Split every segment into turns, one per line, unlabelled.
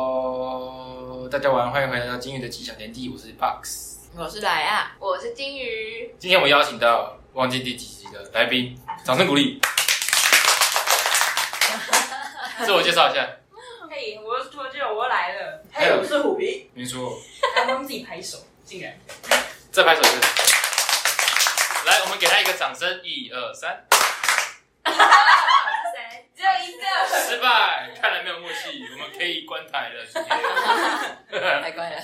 Hello，大家晚上欢迎回来到金鱼的吉祥天地，我是 Box。
我是来啊，
我是金鱼，
今天我邀请到忘记第几集的来宾，掌声鼓 励。自我介绍一下，
嘿、我我就我来了，
嘿我
哎是虎皮，
没错，
还帮自己拍手，竟然
这拍手是。来，我们给他一个掌声，一二三，
谁？只有一个，
失败，看来没有默契，我们可以关台了，直 接。
太乖了，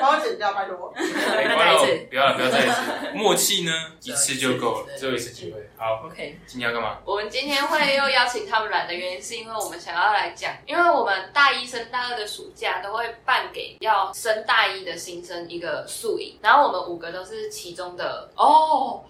帮我剪掉，拜托。
哎
再
关
来一
了
次
不要了，不要再一 次。默契呢，一次就够了，只
只
有一
有一
次
次
机会。好，
，OK，
今天要干嘛？
我们今天会又邀请他们来的原因，是因为我们想要来讲，因为我们大一升大二的暑假都会办给要升大一的新生一个宿营，然后我们五个都是其中的哦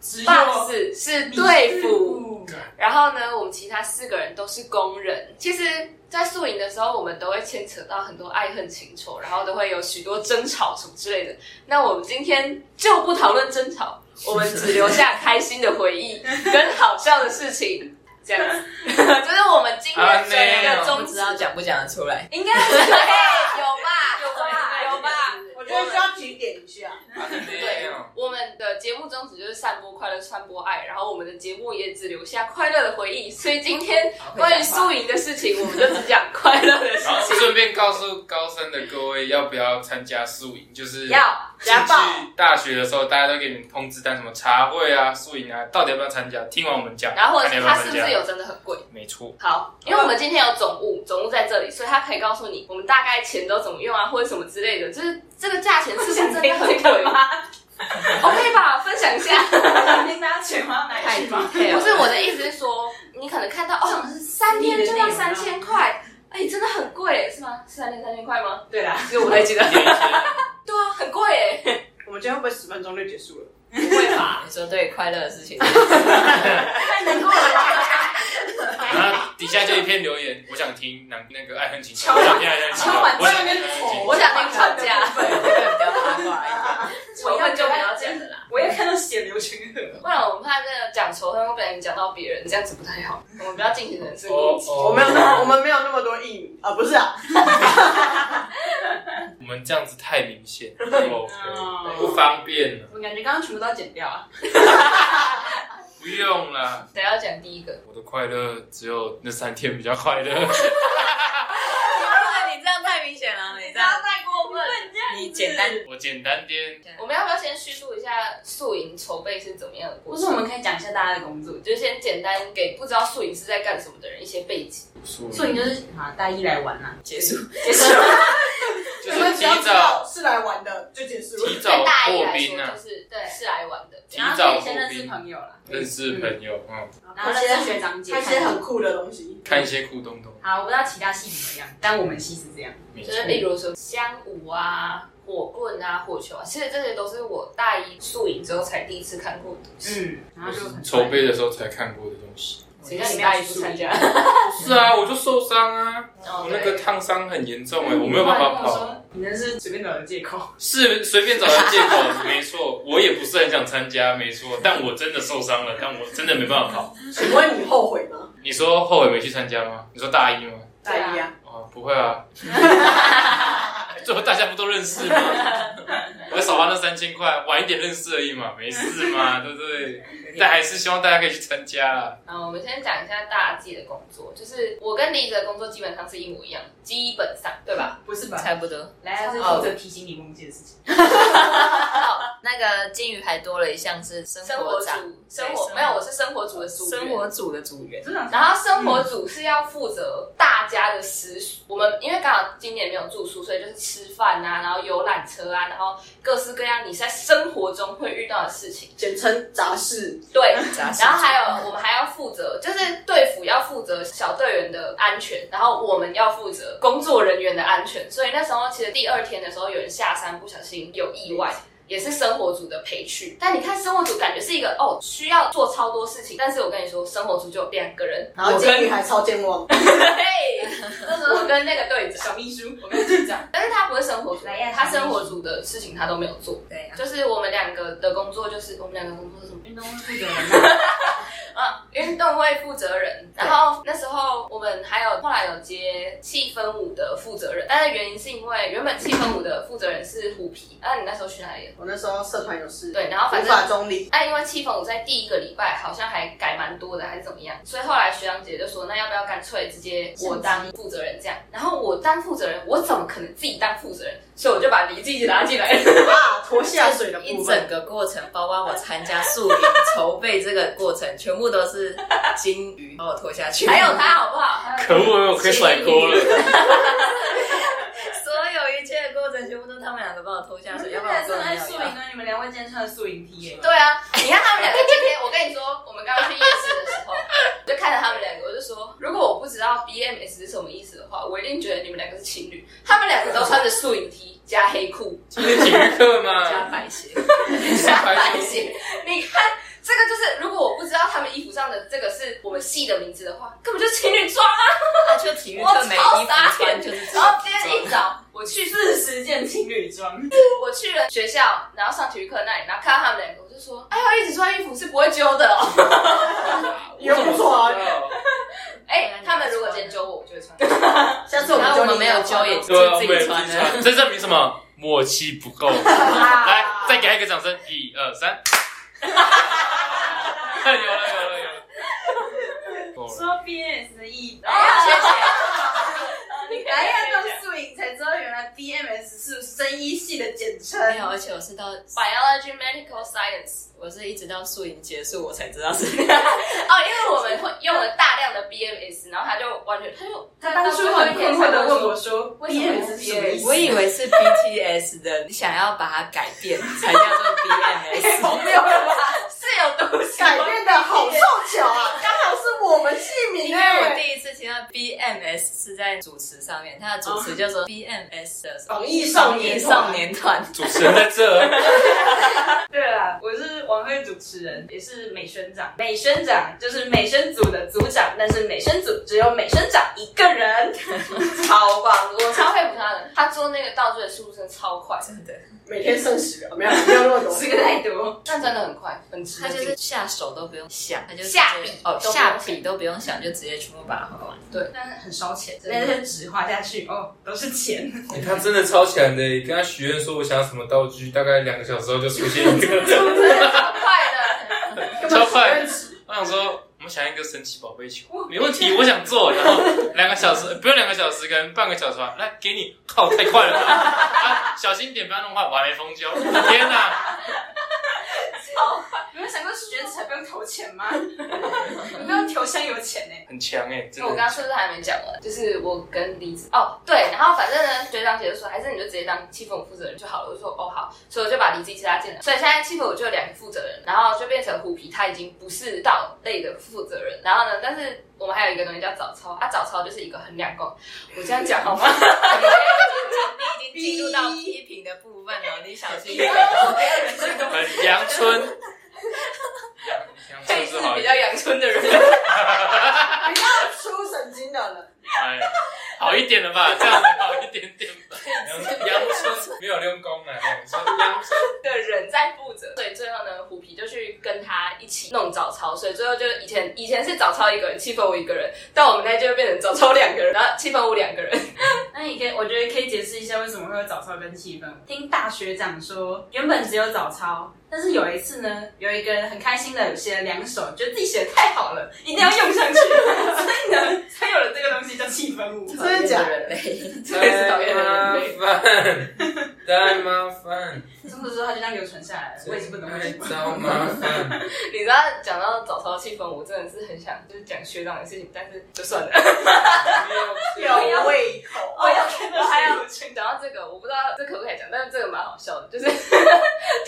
只
，box 是队服。
干
然后呢，我们其他四个人都是工人。其实，在宿营的时候，我们都会牵扯到很多爱恨情仇，然后都会有许多争吵什么之类的。那我们今天就不讨论争吵，我们只留下开心的回 忆跟好笑的事情，这样子。就是我们今
啊
天整
那
个
样
我
宗
不
旨啊
知，道讲不讲得出来，
应该不会有吧？
啊有吧
有吧？
我觉得需要提点一下，
对，
哦
我们的节目宗旨就是散播快乐，传播爱，然后我们的节目也只留下快乐的回忆，所以今天关于宿营的事情，我们就只讲快乐的事
然后
情。
顺便告诉高三的各位，要不要参加宿营？就是
要
进
家暴。
去大学的时候，大家都给你们通知单，什么茶会啊、宿营啊，到底要不要参加？听完我们讲，
然后或者
看
是
你要
它
不要
是
参
不
加
是？有真的很贵？
没错，
好，因为我们今天有总务，总务在这里，所以他可以告诉你我们大概钱都怎么用啊，或者什么之类的。就是这个价钱是不是真的很 贵
吗？
？OK 吧，分享一下。
听大家钱吗？哪
太
去 吗？
detail
不
了
是我的意思是说，你可能看到哦，三天就要三千块，哎，真的很贵，是吗？是三天三千块吗？
对啦，
是我才记得。
一天一天
对啊，很贵哎。
我们今天会不会十分钟就结束了？
不会吧？啊
你说对快乐的事情，
太难过了。
然后底下就一片留言，我想听那那个爱恨情仇，我想听爱恨情仇，我想听爱恨情仇
我想跟你吵架，
比较八卦一点，
仇恨就不要讲了啦，
我也看到血流成河。
不然我们怕真的讲仇恨会被人讲到别人，这样子不太 好。我们不要进行人身攻
哦
击。
哦
我没有那么，我们没有那么多艺名啊，不是啊。
我们这样子太明显， 不
哦
OK，不方便了，
我感觉刚刚全部都要剪掉啊。
不用啦。
等一下要讲第一个。
我的快乐只有那三天比较快乐，
你这样太明显
哦
了，你这样
太过分。
你简单，
我简单点。
我们要不要先叙述一下宿营筹备是怎么样的过
不
程
是，？我们可以讲一下大家的工作。
就是先简单给不知道宿营是在干什么的人一些背景。
所以你就是啊，大一来玩啦，
结束，
结 束。
就是提早
是来玩的就结束
提早
对大一
破
来
冰
说，
啊
就，是对是来玩的。
提早破
先认识
冰，
朋友啦，
认识朋友，嗯，
然后认识学长姐，
看
一些很酷的东西。
看一些酷东东，
好，我不知道其他系怎么样，但我们系是这样。
没
就
错
是。例如说香舞啊、火棍啊、火球啊，其实这些都是我大一宿营之后才第一次看过的东西。
嗯，然后就很
筹备的时候才看过的东西。
谁叫你大一不参加？
是啊， 我就受伤啊，
哦
我
对
那个烫伤很严重哎，我没有办法跑，。
你那是随便找的借口。
是随便找的借口， 没错，我也不是很想参加，没错，但我真的受伤了，但我真的没办法跑。
请问你后悔吗？
你说后悔没去参加吗？你说大一吗？
大一啊，
哦，不会啊， 最后大家不都认识吗？我少花那三千块，晚一点认识而已嘛，没事 嘛，对不对？但还是希望大家可以去参加啦。
啊，我们先讲一下大家自己的工作，就是我跟李子的工作基本上是一模一样，基本上对吧？
不是吧？
差不多。
来啊，这是负责提醒你忘记的事情。
那个金鱼还多了一项是生
生活
活
组
长，，
生活没有，我是生活组的组员
生。活组嗯的组员，
真的
然后生活组是要负责大家的食宿，我们因为刚好今年没有住宿，所以就是吃饭啊，然后游览车啊，然后各式各样你在生活中会遇到的事情。
简称杂事，
对，
然
然后还有我们还要负责，就是队服要负责小队员的安全，然后我们要负责工作人员的安全。所以那时候其实第二天的时候，有人下山不小心有意外。也是生活组的培训，但你看生活组感觉是一个哦，需要做超多事情，但是我跟你说，生活组就有两个人，
然后
我
监
跟
狱还超健忘。
对， 那时候我跟那个队长，
秘书，我跟队长，
但是他不是生活组
来呀，
他生活组的事情他都没有做。
对啊，
就是我们两个的工作，就是我们两个工作是什么？
运动会负责人啊。
嗯，运动会负责人。然后那时候我们还有后来有接气氛舞的负责人，但是原因是因为原本气氛舞的负责人是虎皮，啊那、你那时候去哪里？
我那时候社团有事，
对然后反
无
正啊
法中立，
那因为气氛舞在第一个礼拜好像还改蛮多的，还是怎么样，所以后来学长姐就说，那要不要干脆直接我当负责人这样？然后我当负责人，我怎么可能自己当负责人？所以我就把李记拉进来。
哇，啊拖下水的部
一
分
整，个过程，包括我参加树林筹备这个过程，全部都是金鱼把我拖下去，
还有他好不好？
可恶，我可以甩锅了。
所有一切的过程，全部都他们两个把我拖下水，要
原
不然
本
我
是在
根本没有
宿
要
营。跟你们两位今天穿的宿营 T 耶，
对啊，你看他们两个今天，我跟你说，我们刚刚去夜市的时候， 我就看着他们两个，我就说，如果我不知道 BMS 是什么意思的话，我一定觉得你们两个是情侣。他们两个都穿着素影 T 加黑裤
今天体育课
加
嘛，
白鞋，
加白鞋，你看这个就是，如果我不知道他们衣服上的这个是我们系的名字的话，根本就是情侣装啊！
他就体育课没衣
我超
服
傻眼
穿，就是这
然
样
后今天一早我去是
四十件情侣装，
我去了学校，然后上体育课那里，然后看到他们两个，我就说，哎呦，一直穿衣服是不会揪的哦。
也不错啊
我怎么知道
哎、他们如果今天揪我，我就会穿。
下次我
然
们
后
就
啊我们没有揪，也
对啊，
就
我
自
们也
己
不
穿
知
的。
道这证明什么？默契不 够。来，再给他一个掌声，一二三。哎有了有了哦有了。够了
说 BMS 的意义，
谢
哦
谢。
哎
来
来
要
要
弄
弄宿营才知道原来 BMS 是生医系的简称。
没有，而且我是到
Biology Medical Science
我是一直到宿营结束我才知道是。
哦，因为我们会用了大量的 BMS，然后他就完全他就
他当初很困惑的问我说
为什么
，BMS 是什么意
BMS
思？
我以为是 BTS 的，想要把它改变才叫做 BMS。
没有了吧？
是有毒性
改
吗，
变的好凑巧啊，刚好是我们姓名
因为我
哎，
第一次听到 BMS 是在主持上面，他的主持就说 BMS 的
防疫少年
少年团，
主持人在这，
对啦，我是晚会主持人，也是美宣长。美宣长就是美宣组的组长，但是美宣组只有美宣长一个人，超棒！我
我 超佩服他的，他做那个道具的速度真的超快，
真的，
每天剩十个，没有没有那么 多。
吃个太多，
但真的很快，很直
他
接。
就是下手都不用想，他就直接
下笔
哦
都不用
下
想
笔都不用想，就直接全部把它画完。
但是很烧钱，
真的
那些纸花下去哦，都是钱。
他真的超强的，跟他许愿说我想要什么道具，大概两个小时后就出现一 个。
超快的，
超快！我想说，我们想一个神奇宝贝球，没问题，我想做。然后两个小时，呃不用两个小时，可能半个小时吧。来，给你，靠，太快了吧！啊，小心点，不要弄坏，我还没封胶。天哪！
你们想过学才不用投钱 吗？你不用投香油钱呢、
很强哎，真
我
的
刚
很强。
刚是不是还没讲完？就是我跟李子哦，对，然后反正呢，学长姐就说，还是你就直接当气氛舞负责人就好了。我就说哦好，所以我就把李子一起拉进来。所以现在气氛舞就有两个负责人，然后就变成虎皮，他已经不是道类的负责人。然后呢，但是我们还有一个东西叫早操啊，早操就是一个衡量工。我这样 讲好吗？
你已经进入到批评的部分了，你小心一 点。
很阳 春，阳春是
这一次
好一
比较
点，
阳春的人。
不要哎出神经的了，
哎，好一点了吧？这样好一点点 吧。阳春没有用功啊，阳春阳春。
的人在负责，所以最后呢，虎皮就去跟他一起弄早操，所以最后就以前以前是早操一个人，气氛舞一个人，到我们那就变成早操两个人，然后气氛舞两个人，
那你可以，我觉得可以解释一下为什么会有早操跟气氛。听大学长说，原本只有早操，但是有一次呢，有一个人很开心的写了两首，觉得自己写的太好了，一定要用 上去，所以呢，才有了这个东西叫气氛舞。
真的假的？
人类，
真的是讨厌的人类。
烦，太麻烦，
从此之后他就这样流传下来了，我也是不懂为什么。
找麻烦。
你知道讲到早操气氛舞，真的是很想就是讲学长的事情，但是就算了。
有胃口。
我哦要看
我
到
还
还
要
有
讲到这个，我不知道这可不可以讲，但是这个蛮好笑的，就是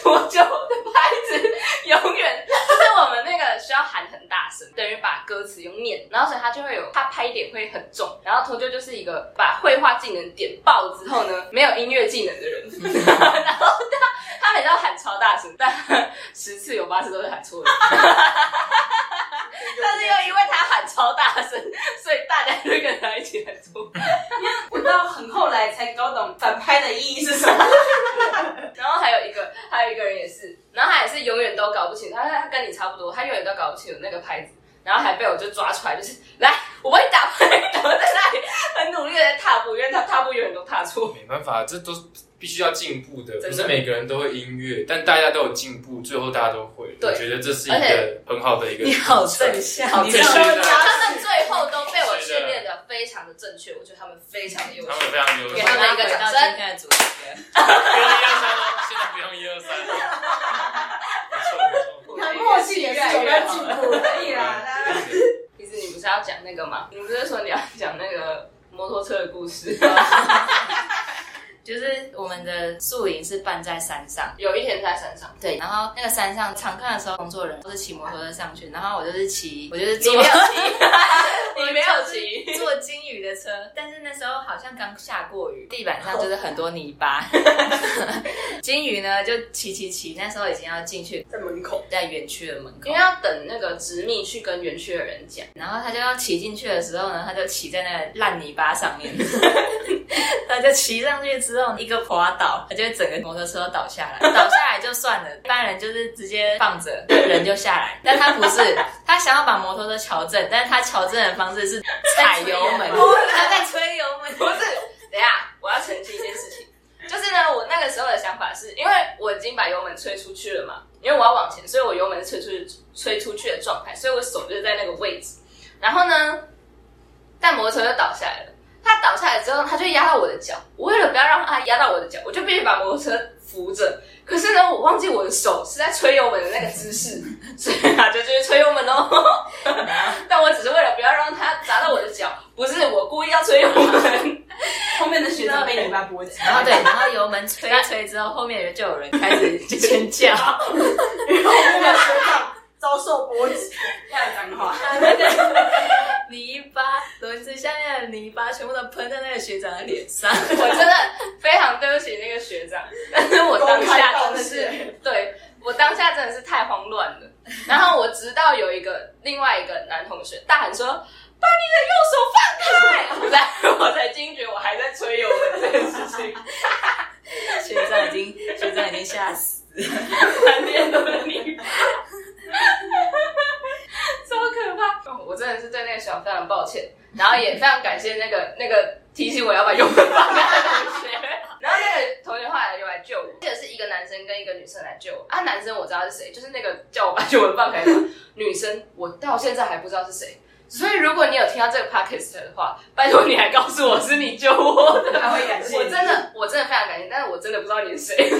多久的拍子永远就是我们那个需要喊很大声，等于把歌词用念，然后所以他就会有他拍点会很重，然后脱臼就是一个把绘画技能点爆之后呢，没有音乐技能的人， 然后他他每次都喊超大声，但十次有八次都是喊错的， 但是又因为他喊超大声，所以大家就跟他一起喊错。
我到很后来才搞懂反拍的意义是什么。
然后还有一个，还有一个人也是，然后他也是永远都搞不清，他他跟你差不多，他永远都搞不清楚那个拍子。然后还被我就抓出来，就是来，我帮你打分，然后在那里很努力的在踏步，因为他踏步永远都踏错。
没办法，这都是必须要进步的，
真的
不是每个人都会音乐，但大家都有进步，最后大家都会。
对
我觉得这是一
而且
个很好的一个。
你好正向，
好
你
正向
知道吗
他们最后都被我训练的非常的正确，我觉得他们非常的优
他
秀。
们非常优秀。
给他们一个掌声
回到今天的主题了
不用一二三哦，现在不用一二三了。没错没错。
那默契也是有在进步，可以啦。大家
其实你不是要讲那个吗？你不是说你要讲那个摩托车的故事？
就是我们的宿营是办在山上。
有一天在山上，
对，然后那个山上常看的时候，工作人员都是骑摩托车上去，然后我就是骑，我就是坐
你没有骑，你没有 骑。
坐金鱼的车，但是那时候好像刚下过雨，地板上就是很多泥巴。 金鱼呢就骑骑骑，那时候已经要进去，
在门口，
在园区的门口
因为，要等那个执秘去跟园区的人 讲，
然后他就要骑进去的时候呢，他就骑在那个烂泥巴上面， 他就骑上去之后一个滑倒，他就整个摩托车都倒下来，倒下来就算了，一般人就是直接放着人就下来，但他不 是，他想要把摩托车矫正，但是他矫正的方式是踩油门，
哦
他在吹油门，
不是，等一下我要澄清一件事情，就是呢，我那个时候的想法是因为我已经把油门吹出去了嘛，因为我要往前，所以我油门是吹出去吹出去的状态，所以我手就在那个位置。然后呢，但摩托车就倒下来了。它倒下来之后，它就压到我的脚。我为了不要让它压到我的脚，我就必须把摩托车扶着。可是呢，我忘记我的手是在吹油门的那个姿势，所以它就继续吹油门哦。 但我只是为了不要让它砸到我的脚，不是我故意要吹油门。
后面的学生被泥巴波 及，
然后对，然后油门吹一吹之后，后面就有人开始 尖叫，
那个学长遭受波及， 要脏话。
泥巴轮子下面的泥巴全部都喷在那个学长的脸 上。
我真的非常对不起那个学长，但是我当下真的
公开道
是，对我当下真的是太慌乱了。然后我直到有一个另外一个男同学大喊说：“把你的右手放开！”我 才我才惊觉我还在吹油门这件事情，
学长已经学长已经吓死，
满脸都是泥巴，超可怕！哦我真的是对那个学长非常抱歉，然后也非常感谢那个 那个提醒我要把油门放开的同 学。然后那个同学后来就来救我，记得是一个男生跟一个女生来救我。啊，男生我知道是谁，就是那个叫我把酒文放开的女生，我到现在还不知道是谁。所以如果你有听到这个 podcast 的话，拜托你来告诉我是你救我的，
还会感谢你
我真的，我真的非常感谢，但是我真的不知道你是 谁。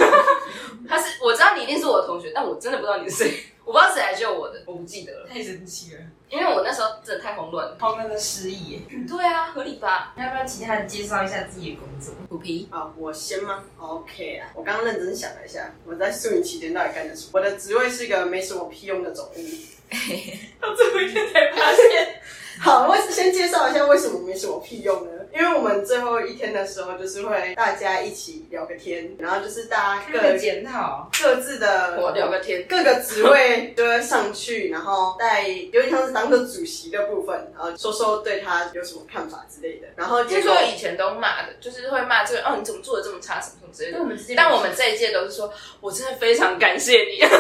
他是我知道你一定是我的同学，但我真的不知道你是谁，我不知道谁来救我的，我不记得了，
太神奇了，
因为我那时候真的太慌乱了。
好那个失忆。
对啊，合理吧？
要不要其他人介绍一下自己的工作？
虎皮
啊，我先吗？OK 啊，我刚刚认真想了一下，我在宿营期间到底干了什么？我的职位是一个没什么屁用的总务。
到最后一天才发现，
好，我先介绍一下为什么没什么屁用呢？因为我们最后一天的时候，就是会大家一起聊个天，然后就是大家
这
各
个检讨，
各自的
我聊个天，
各个职位就会上去，然后在有点像是当个主席的部分，然后说说对他有什么看法之类的。然后
听
结果
说以前都骂的，就是会骂这个哦，你怎么做的这么差，什么什么之类
因为
的。
我们之间，
但我们这一届都是说，我真的非常感谢你。
像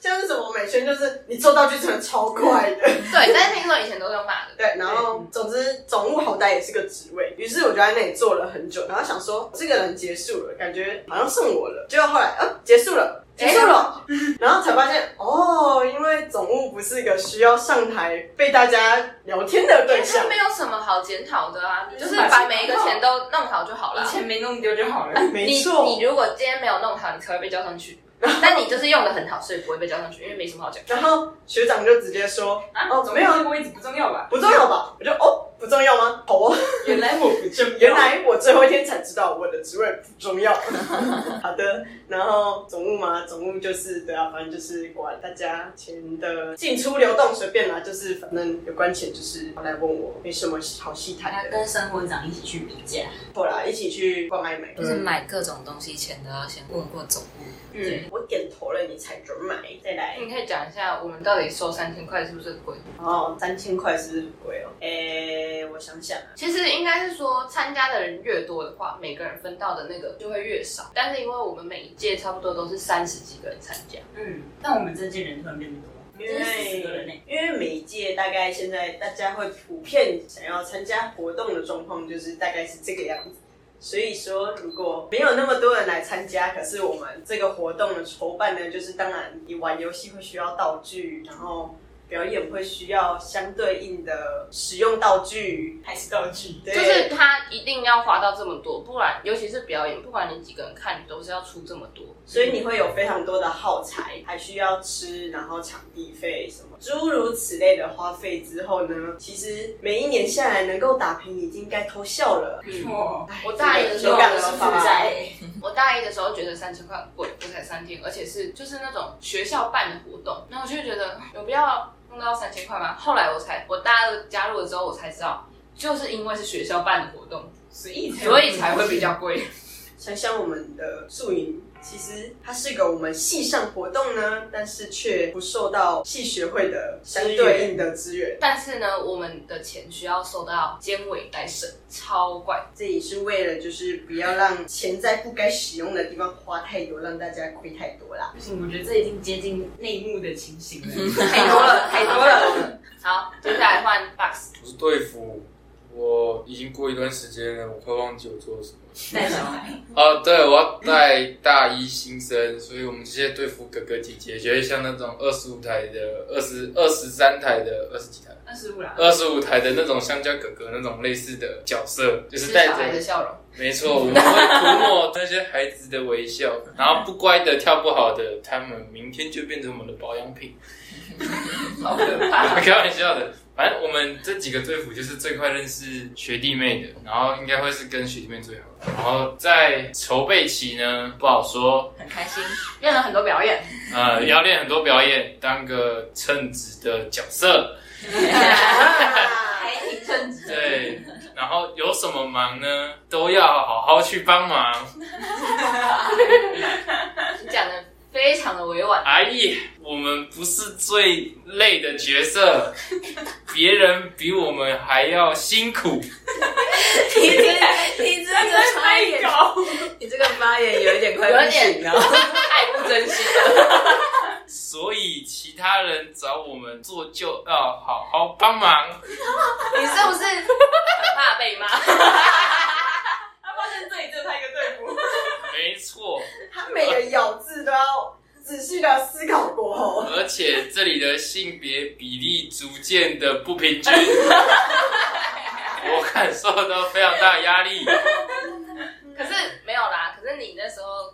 像是什么美宣，就是你做道具真的超快的，
对，但是听说以前都是用骂的。
对。嗯然后总之总务好歹也是个职位，于是我就在那里做了很久，然后想说这个人结束了，感觉好像剩我了。结果后来啊结束了。结束了，然后才发现哦，因为总务不是一个需要上台被大家聊天的对象
这，没有什么好检讨的啊，你就是
把
把
钱
每一个
弄好
钱都弄好就好了
以。前没弄丢就好了。
哎没
你
错。
你如果今天没有弄好，你才会被叫上去。 但你就是用的很好，所以不会被叫上去，因为没什么好讲。
然后学长就直接说
啊，
哦，
总
没有
这个位置不重要吧？
不重要吧？我就哦，不重要吗？好哦，
原来我不重要，
原来我最后一天才知道我的职位不重要。好的，然后总务嘛，总务就是对啊，反正就是管大家钱的进出流动随便啦，就是反正有关钱就是来问我，没什么好戏谈
要
的。
跟生活长一起去比价。
后来一起去逛爱美，
嗯
就是买各种东西前都要先问过总务，
嗯，
我点头了，你才准买，再来。
你可以讲一下我们到底收三千块是不是很贵？
哦，三千块是不是很贵哦？诶，我想想啊，
其实应该是说，参加的人越多的话，每个人分到的那个就会越少。但是因为我们每一届差不多都是三十几个人参加，
嗯，但我们这届人突然变多。真是四十个人欸呢。
因为每一届大概现在大家会普遍想要参加活动的状况，就是大概是这个样子。所以说，如果没有那么多人来参加，可是我们这个活动的筹办呢，就是当然你玩游戏会需要道具，然后表演会需要相对应的使用道具，
还是道具，
对
就是他一定要花到这么多，不然尤其是表演，不管你几个人看，你都是要出这么多。
所以你会有非常多的耗材，还需要吃，然后场地费什么诸如此类的花费之后呢，其实每一年下来能够打平，已经该偷笑了。
哦，
我大一的时
有
候
感
我
而
是
发
负债，
负债，
我大一的时候觉得三千块很贵，我才三天，而且是就是那种学校办的活动，那我就觉得有必要弄到三千块吗？后来我才我大二加入了之后，我才知道，就是因为是学校办的活动，
所以
所以才会比较贵。
想想我们的宿营，其实它是个我们系上活动呢，但是却不受到系学会的相对应的资源。
但是呢，我们的钱需要受到监委来审，超怪。
这也是为了就是不要让钱在不该使用的地方花太多，让大家亏太 多啦。
不行，我觉得这已经接近内幕的情形了，
太多了，太多了。好，接下来换 Box，
我是队服，我已经过一段时间了，我快忘记我做了什么。
带小孩，
哦，对，我要带大一新生，所以我们这些队服哥哥姐姐就会像那种二十五台的、二十二十三台的、二十几台、
二十五啦，
二十五台的那种香蕉哥哥那种类似的角色， 就是
是
带
小孩的
着，
笑容。
没错，我们会涂抹那些孩子的微笑，然后不乖的、跳不好的，他们明天就变成我们的保养品。
好可怕！
开玩笑的，反正我们这几个队服就是最快认识学弟妹的，然后应该会是跟学弟妹最好的。然后在筹备期呢，不好说，
很开心，练了很多表 演，
呃，要练很多表演，当个称职的角色，
还挺称职，
对。然后有什么忙呢，都要好好去帮忙。
你讲的非常的委婉，
阿姨，我们不是最累的角 色，别人比我们还要辛苦。
你这你这个发言，
高，
你这个发言有一点快不行了。
爱不真心的。
所以其他人找我们做就要好好帮忙。
你是不是很怕被骂？
他发现这里就他一个队服，
没错，
他每个咬字都要仔细的思考过哦后。
而且这里的性别比例逐渐的不平 均，我感受到非常大的压力。
可是没有啦，可是你那时候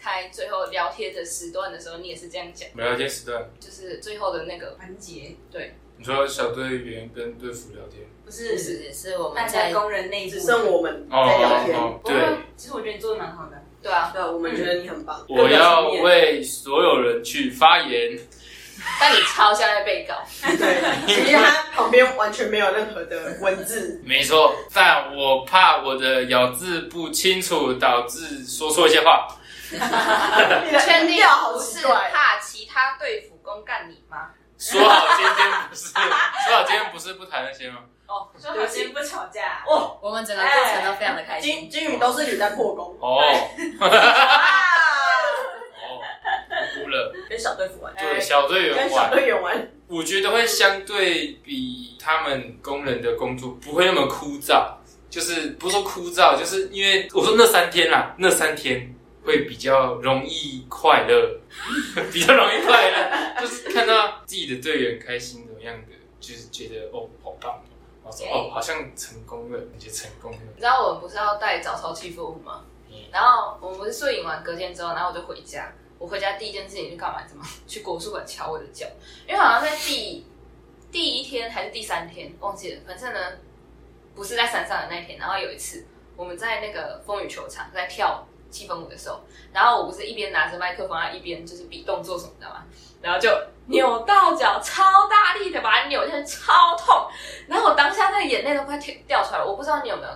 开最后聊天的时段的时候，你也是这样讲，
聊天时段，
就是最后的那个
环节
你说小队员跟队服聊天，
不
不
是
是，是我
大
们
家
在
工人内部
只，剩我们在聊天。
哦，
不过
对，
其实我觉得你做的蛮好的，
对啊，
对，我们觉得你很棒。
我要为所有人去发言。
但你超像在被告，
嗯
对，其实他旁边完全没有任何的文字，
没错，但我怕我的咬字不清楚，导致说错一些话。
你的
确
音
定
调好
不
奇
是
怪。
怕其他队服公干你吗？
说好今天不是， 说好今天不是不谈那些吗？
哦，说
有
好
些
心
不吵架，
哦，
我们整个过程都非常的开
金
心。
金鱼都是你在破功。
哦
啊！
哦，我哭了。
跟小队服玩，
对，小队员
跟小
玩，
队员玩，
我觉得会相对比他们工人的工作不会那么枯燥，就是不是说枯燥，就是因为我说那三天啦，那三天会比较容易快乐， 比较容易快乐，就是看到自己的队员开心怎么样的，就是觉得哦好棒，然后说哦好像成功了，感觉成功了，
你知道我们不是要带早操去复舞吗
嗯？
然后我们不是摄影完隔天之后，然后我就回家。我回家第一件事情是干嘛？你知道吗？ 去国术馆瞧我的脚，因为好像在第第一天还是第三天，忘记了。反正呢，不是在山上的那一天。然后有一次我们在那个风雨球场在跳气氛舞的时候，然后我不是一边拿着麦克风，然后一边就是比动作什么的嘛，然后就扭到脚，超大力的把它扭下去，超痛。然后我当下那个眼泪都快掉掉出来了。我不知道你有没有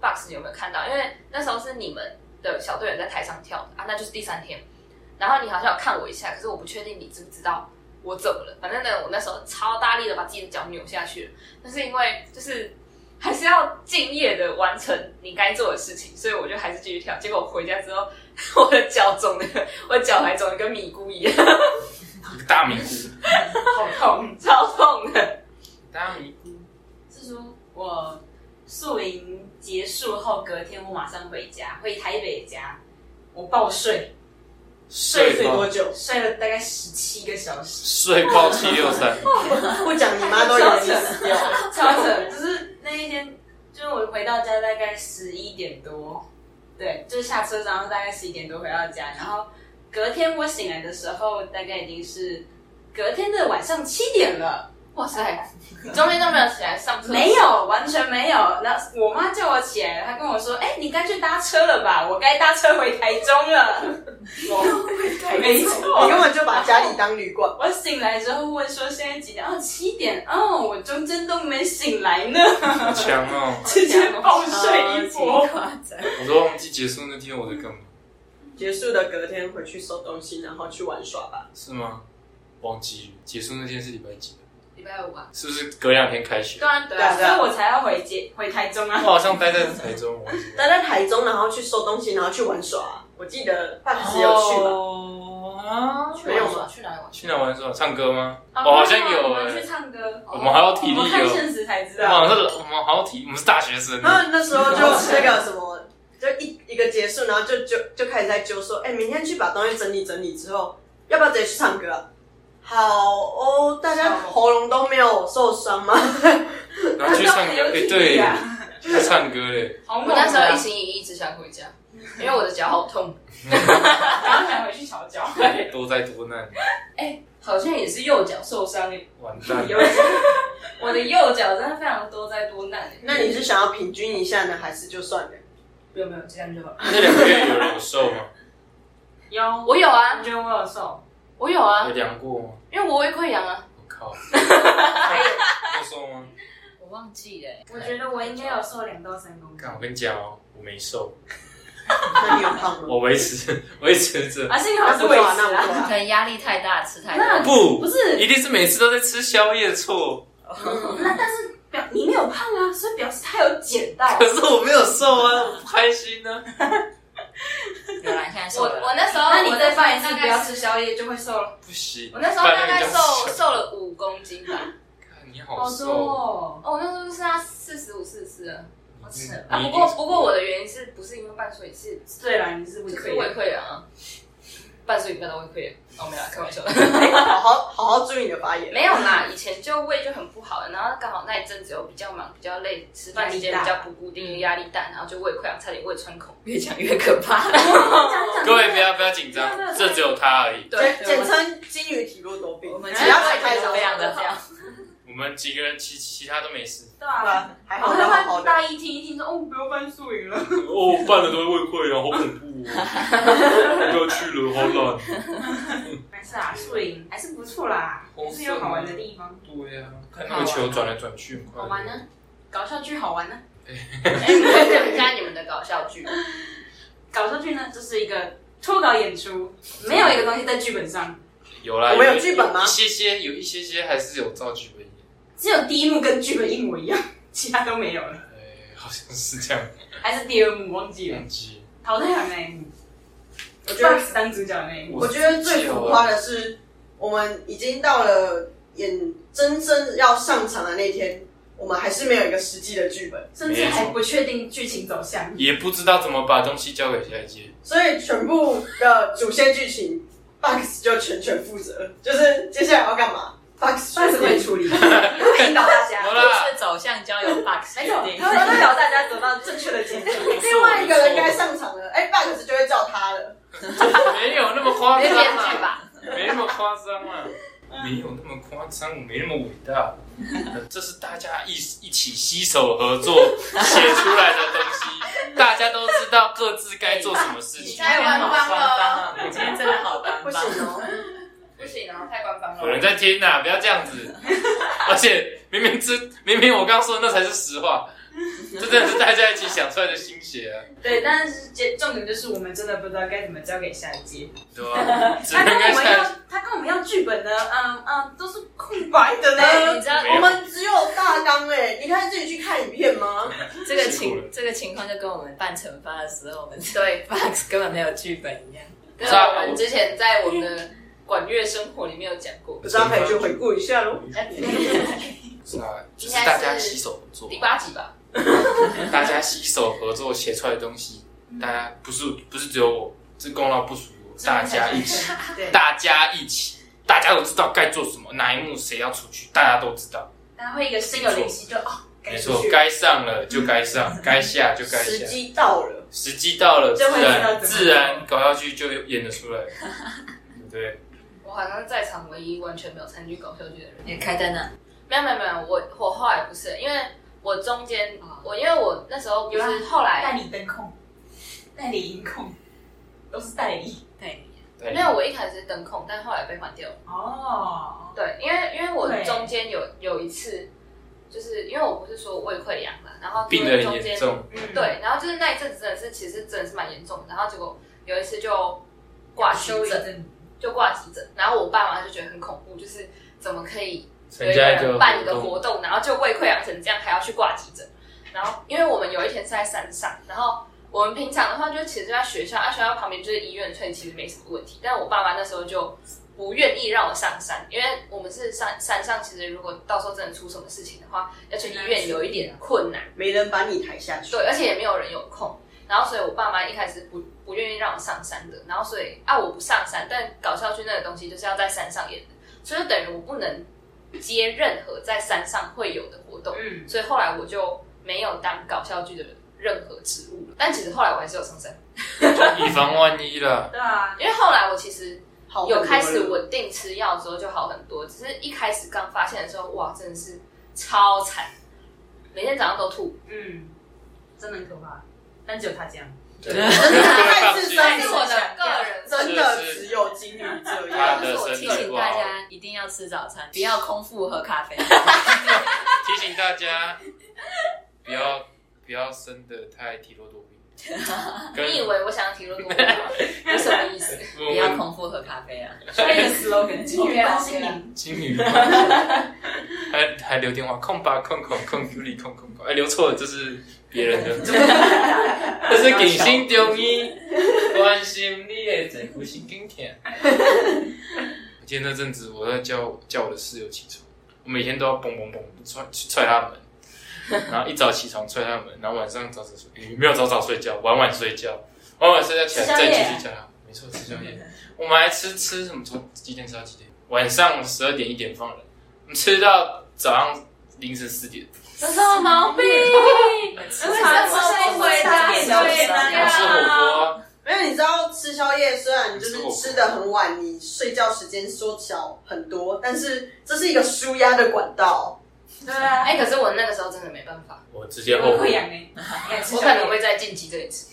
box，你有没有看到？因为那时候是你们的小队员在台上跳的啊，那就是第三天。然后你好像有看我一下，可是我不确定你知不知道我怎么了。反正呢，我那时候超大力的把自己的脚扭下去了，但是因为就是还是要敬业的完成你该做的事情，所以我就还是继续跳。结果我回家之后， 我的脚肿的，我的脚还肿的跟米糊一样。
大米糊，
好痛，超痛的。
大家迷糊，
是说我宿营结束后，隔天我马上回家，回台北家，我暴睡，
睡
爆
多 久？
睡了大概十七个小时，
睡爆七六三，
不讲你妈都以为你 死掉了。
超扯。就是那一天，就是我回到家大概十一点多，对，就是下车，然后大概十一点多回到家，然后隔天我醒来的时候，大概已经是隔天的晚上七点了。
哇塞，你中间都没有起来上厕所？
没有，完全没有。然后我妈叫我起来，她跟我说：“哎、你该去搭车了吧？我该搭车回台 中了。我”没
你
错。
根本就把家里当旅馆。
我醒来之后问说现在几点？哦，七点。哦，我中间都没醒 来呢，
好强哦！
直接暴
哎
睡一波。
夸张。
我都忘记结束那天我在干嘛，
结束的隔天回去收东西，然后去玩耍吧。
是吗？忘记了，结束那天是礼拜几？
礼拜五啊，
是不是隔两天开学？
对啊，对啊，
对
所
啊
以我才要回接回台中
我
啊。
好像待在台中，我忘记了
待在台中，然后去收东西，然后去玩耍。我记得半时有去吧？
哦啊
去哪里玩？去哪里玩？
去哪玩耍？唱歌吗？
哦
我好像有
啊我们
哎
去唱歌，
我们还有体
我
力
看
哦。
现实才知
我
啊
道。
们是，我们好体，我们是大学 生。欸
然后那时候就那个什么，就一一个结束，然后就就就开始在揪说，哎、明天去把东西整理整理之后，要不要直接去唱歌、啊？好哦，大家喉咙都没有受伤吗？
嗯
然后去 唱歌，哎，对，
呀，
去唱歌欸嘞。
好
我
猛啊！
那时候一心一意只想回家，因为我的脚好痛。
然后想回去瞧瞧。
哎多灾多难，
好像也是右脚受伤诶，
完蛋
有
了。
我的右脚真的非常多灾多难诶。
那你是想要平均一下呢，还是就算了？
没有没有这样就好？
那两个月有人有瘦吗？
有
我有啊
我，觉得我有瘦，
我有啊
有，量过吗？
因为我胃溃疡啊。
我 靠！有瘦吗？
我忘记了，
我觉得我应该有瘦两到三公斤
看，，我跟你讲哦，我没瘦，
那你有胖吗？
我维持 维持着。
啊，幸
那
好
不
是
错
维
啊，
持
那不错
啊，
可
啊。
能压力太大，吃太
那
多。
不
不，是，
一定是每次都在吃宵夜错。
那但是表你没有胖啊，所以表示他有减 到
可是我没有瘦啊，我不开心呢。
有啦，现在瘦
我
了。
我那时候，
那你再放一次
大概
不要吃宵夜就会瘦了，
不行，
我那时候大概
半
瘦
夜就
瘦了五公斤吧。
看你好瘦哦。
哦。
哦，我那时候是啊四十五、四十了
我吃了
啊。
嗯你
不
已经
过不过我的原因是不是因为半睡是
对了，你是不
就
可
是
以
胃溃疡啊？半睡不要到胃溃疡？哦，没有啦，开玩笑的。
好啊 好好好注意你的发言。
没有啦，以前就胃就很不好了，然后刚好那一阵子又比较忙，比较累，吃饭时间比较不固定，压力大，然后就胃溃疡，差点胃穿孔。
越讲越可怕。
各位不要不要紧张
真的，
这只有他而已。
简
对
简称金鱼体弱多病，
我们
只要
其
开开
实都
刀
非常的这样，
我们几个人其其他都没事。
对啊。
吧？还
然后
好都好
他
好
们
的。
大一听一听说哦，不要办宿营 了，
哦，办了都会胃溃疡，好恐怖哦！ 不要去了，好懒。
没事啊，宿营还是不错啦，还是有好玩的地方，
对呀，看那个球转来转去，很快乐
好玩呢，搞笑剧好玩呢。
哎，你们讲一下你们的搞笑剧。
搞笑剧呢，就是一个脱稿演出，没有一个 东西在剧本上，
有啦，
我们有
一
剧本吗
一些些，有一些些还是有照剧本演。
只有第一幕跟剧本一模一样，其他都没有了，
哎，好像是这样。
还是第二幕忘记了。
忘记
淘汰场那一幕，
我觉得
Bugs 当主角的那一幕，
我觉得最浮夸的是，我们已经到了演真正要上场的那天，我们还是没有一个实际的剧本，
甚至还不确定剧情走向。
也不知道怎么把东西交给下一届。
所以全部的主线剧情，Box 就全权负责，就是接下来要干嘛，Box
算是会
定。
处理， 会引 导大家
啊
好，啦，
是走向交友 box
没
决
错，
定。
他会引导大家走到正确的结 局。
另外一个人该上场了，哎、b o x 就会叫他了。
没有那么夸
编
张
剧
啊，
吧，
没那么夸张啊，没有那么夸张，我没那么伟大。这是大家一一起携手合作写出来的东西，大家都知道各自该做什么事
你
情。
太官方了，你今天真的好官
不
方。
行哦，
不行啊，太官方
有人
了。
在听呐、不要这样子。而且明明这明明我刚说的那才是实话，这真的是大家一起想出来的心血啊，
对，但是结重点就是我们真的不知道该怎么交给下一届。
对吧、只
他
能 跟
跟我们
下一
要，他跟我们要剧本呢，嗯嗯，都是空白的
哎
呢。
你知道
没有
我们只有大纲哎、你可以自己去看影片吗？
这个情这个情况就跟我们办惩罚的时候，我们
对，
box 根本没有剧本一样。
跟我们之前在我们的管乐生活里面有讲过，
不知道可以去回顾一下喽。
嗯那就是大家携手合作，
第八集吧。
大家携手合作写出来的东西，大家不是不是只有我，这功劳不属于我，大家一起，
对，
大家一起，大家都知道该做什么，哪一幕谁要出去，大家都知道。
然后会一个心有灵犀，就哦，
没
该
错
出去，，
该上了就该上，该下就该
时
下，
机到了，
时机到了，自
就会知道
然
怎么做
自然搞下去就演得出来，对不对？
我好像是在场唯一完全没有参与搞笑剧的人。
也开灯了，
没有没有没有，我我后来不是，因为我中间我因为我那时候不是后来，
代理灯控，代理音控，都是代理。
对，
对
没有我一开始是灯控，但后来被换掉了。
哦，
对，因为因为我
对
中间有有一次，就是因为我不是说胃溃疡嘛，然后
病得
中
很
间
严重，
嗯，
对，然后就是那一阵子真的是，其实真的是蛮严重的。然后结果有一次就挂急
修一
诊，
阵，
就挂急诊。然后我爸妈就觉得很恐怖，就是怎么可以有
参
一个
加一
人
个
办一个
活动，
活动，然后就胃溃疡成这样，还要去挂急诊。然后因为我们有一天是在山上，然后我们平常的话就其实就在学校，啊学校旁边就是医院，所以其实没什么问题。但我爸妈那时候就不愿意让我上山，因为我们是山山上，其实如果到时候真的出什么事情的话，要去医院有一点困难。
没人把你抬下去。
对，而且也没有人有空。然后，所以我爸妈一开始不不愿意让我上山的。然后，所以啊，我不上山，但搞笑剧那个东西就是要在山上演的，所以就等于我不能接任何在山上会有的活动。
嗯，
所以后来我就没有当搞笑剧的任何职务了。但其实后来我还是有上山，
以防万一啦。
对啊，
因为后来我其实
好很多
有
了，
开始稳定吃药之后就好很多，只是一开始刚发现的时候，哇，真的是超惨，每天早上都吐。
嗯，真的很可怕，但只有他这样，
对
太自
但
身
是
是
我
我
的
的
个
个
人
人
真的只有金鱼这
他
样。
的身
提
体
醒
不好
大，家一定要吃早餐，不要空腹喝咖啡。
提醒大家不要不要生的太体弱多病。跟
你以为我想要提洛多吗？是什么意思？
我
不要
们
空腹喝咖啡啊！
说一个 slogan，
金鱼啊
心灵，
金鱼，还 还留电话，空吧空空空 Q 里空空空，哎，留错了这是别人 的，这是给心中医，关心你的在乎心更甜。我记得那阵子我在叫叫我的室友起床，我每天都要蹦蹦蹦踹踹他们，然后一早起床踹他们，然后晚上早早睡，没有早早睡觉，晚晚睡觉，晚晚睡觉起来再继续叫他们，没错，吃宵夜。我们还吃吃什么？从几点吃到几点？晚上十二点一点放人，我们吃到早上凌晨四点，
有什么毛病？
为
什么
不回答
睡呢
然后吃火锅啊，
没有，你知道吃宵夜虽然你就是吃的很晚，你睡觉时间缩小很多，但是这是一个舒压的管道。
对啊，哎，
哎，可是我那个时候真的没办法，
我直接后
我会
悔。
痒哎，哎
我可能会在晋级这里吃。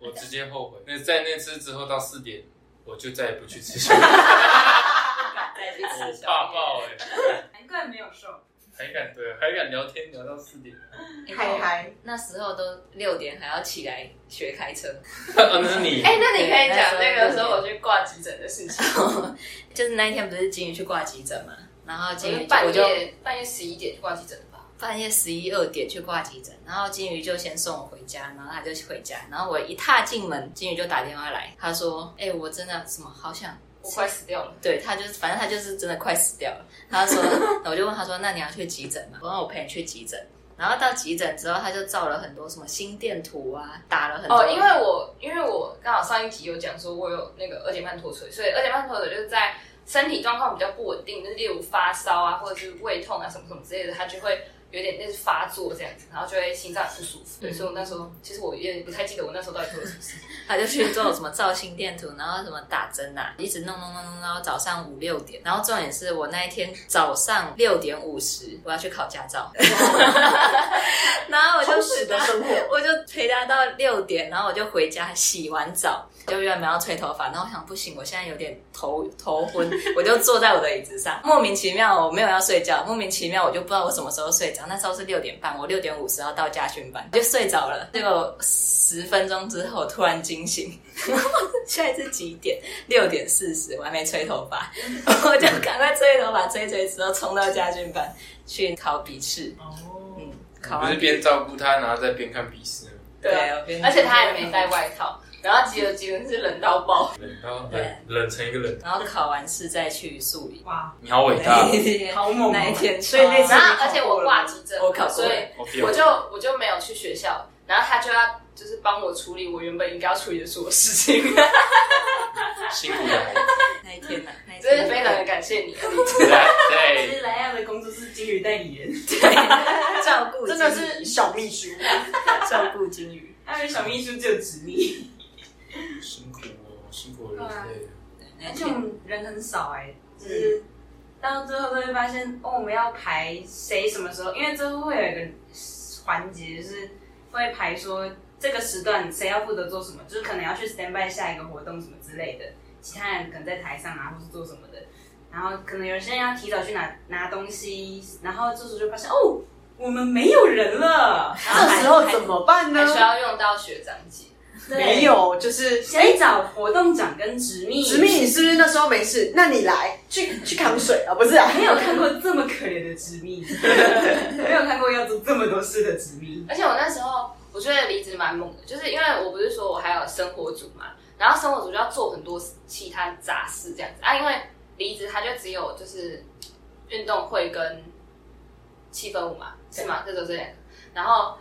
我直接后悔。那在那次之后到四点，我就再也不去吃宵夜，
再去
我
吃
怕
宵
爆哎、
难怪没有瘦，
还敢对，还敢聊天聊到四点，
夜。
哎
嗨嗨，
那时候都六点还要起来学开车，
哦，那是你，
哎，那你可以讲那个时候我去挂急诊的事情，
就是那一天不是金鱼去挂急诊嘛，然后
我
金
是
鱼
半
我就
夜半夜十一点去挂急诊的吧。
半夜十一二点去挂急诊，然后金鱼就先送我回家，然后他就回家，然后我一踏进门，金鱼就打电话来，他说：“哎、我真的什么好想
我快死掉了，
对他就是，反正他就是真的快死掉了。他说， 我就问他说，那你要去急诊吗？我让我陪你去急诊。然后到急诊之后，他就照了很多什么心电图啊，打了很多
哦，因为我因为我刚好上一集有讲说我有那个二尖瓣脱垂，所以二尖瓣脱垂就是在身体状况比较不稳定，就是例如发烧啊，或者是胃痛啊什么什么之类的，它就会有点类似发作这样子，然后就会心脏很不舒服。对，
嗯
所以我那时候其实我也不太记得我那时候到底做了什么事。
他就去做什么照心电图，然后什么打针啊，一直弄弄弄弄到早上五六点。然后重点是我那一天早上六点五十，我要去考驾照， 然后我就
充实的生活。
我就陪他到六点，然后我就回家洗完澡，就原本要吹头发，然后我想不行，我现在有点头头昏，我就坐在我的椅子上，莫名其妙我没有要睡觉，莫名其妙我就不知道我什么时候睡着，那时候是六点半，我六点五十要到家训班，就睡着了。结果十分钟之后突然惊醒，现在是几点？六点四十，我还没吹头发，我就赶快吹头发，吹吹之后冲到家训班去考笔试，
哦，
嗯，
你
考
不
完
是边照顾他，然后再边看比试吗，
对
啊，
我边
而且他还没带外套，然后结果结论是冷到 爆，
冷到冷冷成一个冷，
然后考完试再去宿营。
哇，
你好伟大，
好猛哦
那一天，
所以那次
然后而且我挂急诊，
我考过
所以
我比
我就我就没有去学校，然后他就要就是帮我处理我原本应该要处理的所有事情，
辛苦的孩子，
那一天呢、那一
真
天
是非常的感谢你，
其
对
实莱亚的工作是金鱼代理人，
照顾，
真的是小秘书，
照顾金鱼。
艾瑞小秘书只有直立，
对，辛苦哦，辛苦了人类。
那
而
一
且
天
我们人很少哎、
嗯
就是到最后都会发现，哦，我们要排谁什么时候，因为最后会有一个环节，就是会排说这个时段谁要负责做什么，就是可能要去 stand by 下一个活动什么之类的，其他人可能在台上啊，或是做什么的，然后可能有些人要提早去拿拿东西，然后这时候就发现哦，我们没有人了，然后
这
还
时候怎么办呢
还？需要用到学长姐，
对
没有，就是哎，
先找活动长跟直秘，
直命，你是不是那时候没事？那你来去去扛水啊？不是啊，
没有看过这么可怜的直 秘，没有看过要做这么多事的直秘。
而且我那时候我觉得离职蛮猛的，就是因为我不是说我还有生活组嘛，然后生活组就要做很多其他杂事这样子啊，因为离职它就只有就是运动会跟七分舞嘛，是吗？这就是两个，然后。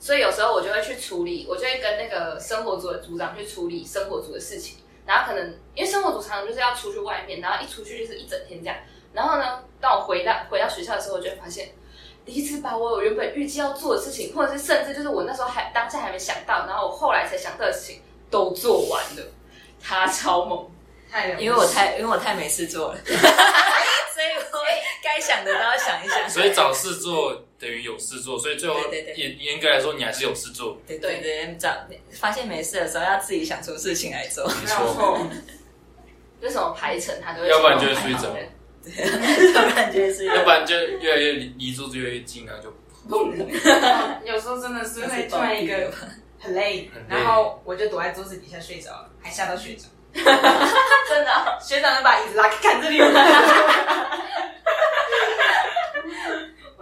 所以有时候我就会去处理，我就会跟那个生活组的组长去处理生活组的事情，然后可能因为生活组常常就是要出去外面，然后一出去就是一整天这样。然后呢，当我回到回到学校的时候，我就会发现，离职把我原本预计要做的事情，或者是甚至就是我那时候还当下还没想到，然后我后来才想到的事情，都做完了。他超猛，
太了不起
因为我太因为我太没事做了，所以我该想的都要想一想。
所以找事做等于有事做，所以最后
对对对
严严格来说，你还是有事做，
对对对，找发现没事的时候要自己想出事情来做，
没
没有
错。
错
就什么排程他都会。
要不然就会睡着
感觉是一
要
个
不然就越来越离离桌子越来越近啊，就
砰！
有时候真的是会突然一个很累
很，累
然后我就躲在桌子底下睡着了，还吓到学 长。
真的啊、
学长就把椅子拉开，看这里有人。我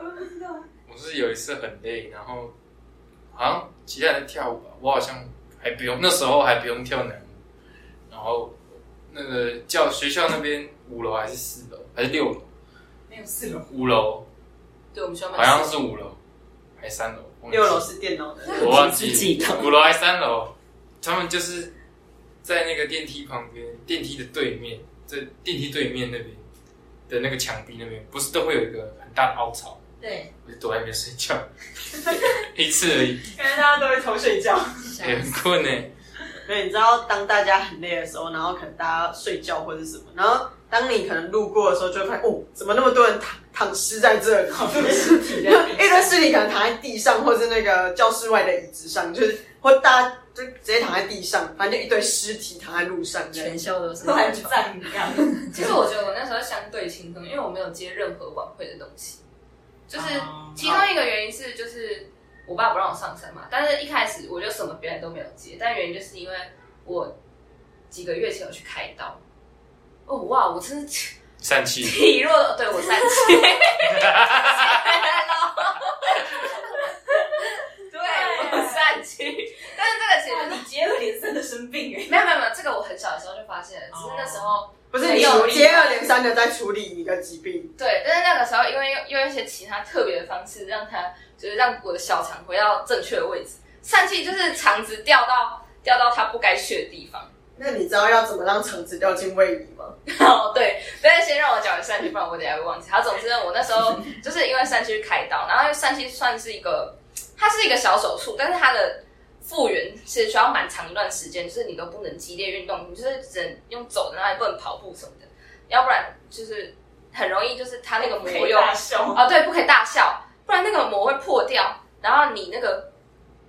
不知道，
我是有一次很累，然后好像其他人在跳舞吧，我好像还不用，那时候还不用跳男舞，然后那个叫学校那边五楼还是四楼还是六楼，
没有四楼，
五楼
对，我们学校蛮
好像是五楼还是三楼，忘记
六楼是电脑的，
我忘
自己
记
的
五楼还是三楼，他们就是在那个电梯旁边，电梯的对面，在电梯对面那边的那个墙壁那边，不是都会有一个很大的凹槽，
对，
我就躲在那边睡觉，一次而已，
感觉大家都会偷睡觉。
也很困呢、欸
因为你知道，当大家很累的时候，然后可能大家睡觉或者什么，然后当你可能路过的时候，就会发现哦，怎么那么多人躺躺尸 在这里？
体在地
一堆尸体可能躺在地上，或是那个教室外的椅子上，就是或大家就直接躺在地上，反正就一堆尸体躺在路上这样。
全校 都是
突然站一 样。
其实我觉得我那时候相对轻松，因为我没有接任何晚会的东西。就是
啊
哦
其中一个原因是，就是我爸不让我上山嘛。但是一开始我就什么表演都没有接，但原因就是因为我几个月前有去开刀。哦哇，我真是
疝气，
体弱的，对我三七。 对，我三七。但是这个其实
啊你接二连三的生病哎，
没有没有没有，这个我很小的时候就发现了，只是那时候
不是你接二连三的在处理你的疾病，
对，但是那个时候因为用用一些其他特别的方式，让它就是让我的小肠回到正确的位置。疝气就是肠子掉到掉到它不该去的地方。
那你知道要怎么让肠子掉进胃里吗？
哦，对，但是先让我讲完疝气，不然我等一下会忘记。好，总之呢，我那时候就是因为疝气去开刀，然后疝气算是一个，它是一个小手术，但是它的复原是需要蛮长一段时间，就是你都不能激烈运动，你就是只能用走的，然后也不能跑步什么的，要不然就是很容易就是它那个膜又
大笑。
啊，对，不可以大笑，不然那个膜会破掉，然后你那个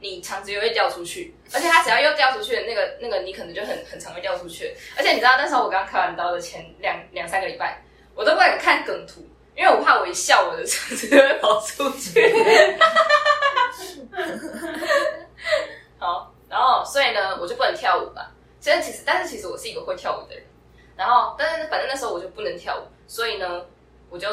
你肠子又会掉出去，而且它只要又掉出去，那个那个你可能就很很常会掉出去。而且你知道那时候我刚开完刀的前两两三个礼拜，我都不敢看梗图，因为我怕我一笑我的肠子就会跑出去。好，然后所以呢，我就不能跳舞嘛。其实其实，但是其实我是一个会跳舞的人，然后但是反正那时候我就不能跳舞，所以呢，我就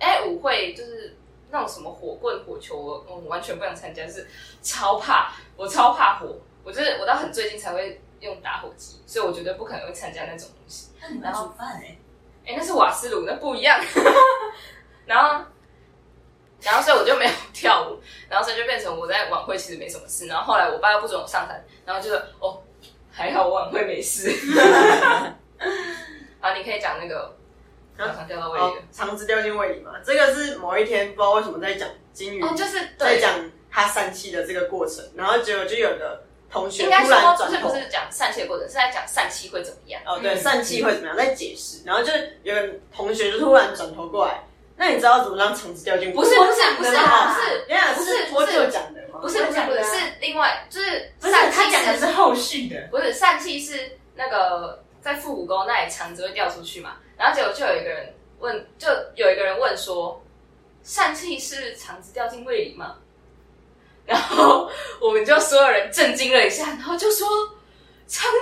哎、舞会就是那种什么火棍、火球，我嗯我完全不想参加，就是超怕，我超怕火，我就是我到很最近才会用打火机，所以我绝对不可能会参加那种东西。
那你们煮饭哎，
哎、那是瓦斯炉，那不一样。 然后，然后所以我就没有跳舞，然后所以就变成我在晚会其实没什么事。然后后来我爸又不准我上台，然后就说哦，还好我晚会没 事。好，你可以讲那个，
啊
我好像掉到胃
好
里了。，
哦肠子掉进胃里嘛。这个是某一天不知道为什么在讲金鱼，
哦，就是
在
对，
讲他散气的这个过程，然后结果就有的同学
应该
突
说
然
不
转
是
头
不，是嗯讲散气的过程，是在讲散气会怎么样。啊
哦，对，散气会怎么样，在解释，然后就有个同学就突然转头过来，那你知道怎么让肠子掉进胃？
不是不是不是
啦
不是
人家
不是
是脱臼讲的吗？
不是不
啊
是不是，是另外就是
不是
散气
他讲的是后续的，
不是疝气是那个在复古沟那里肠子会掉出去嘛，然后结果就有一个人问，就有一个人问说，疝气是肠子掉进胃里吗？然后我们就所有人震惊了一下，然后就说肠子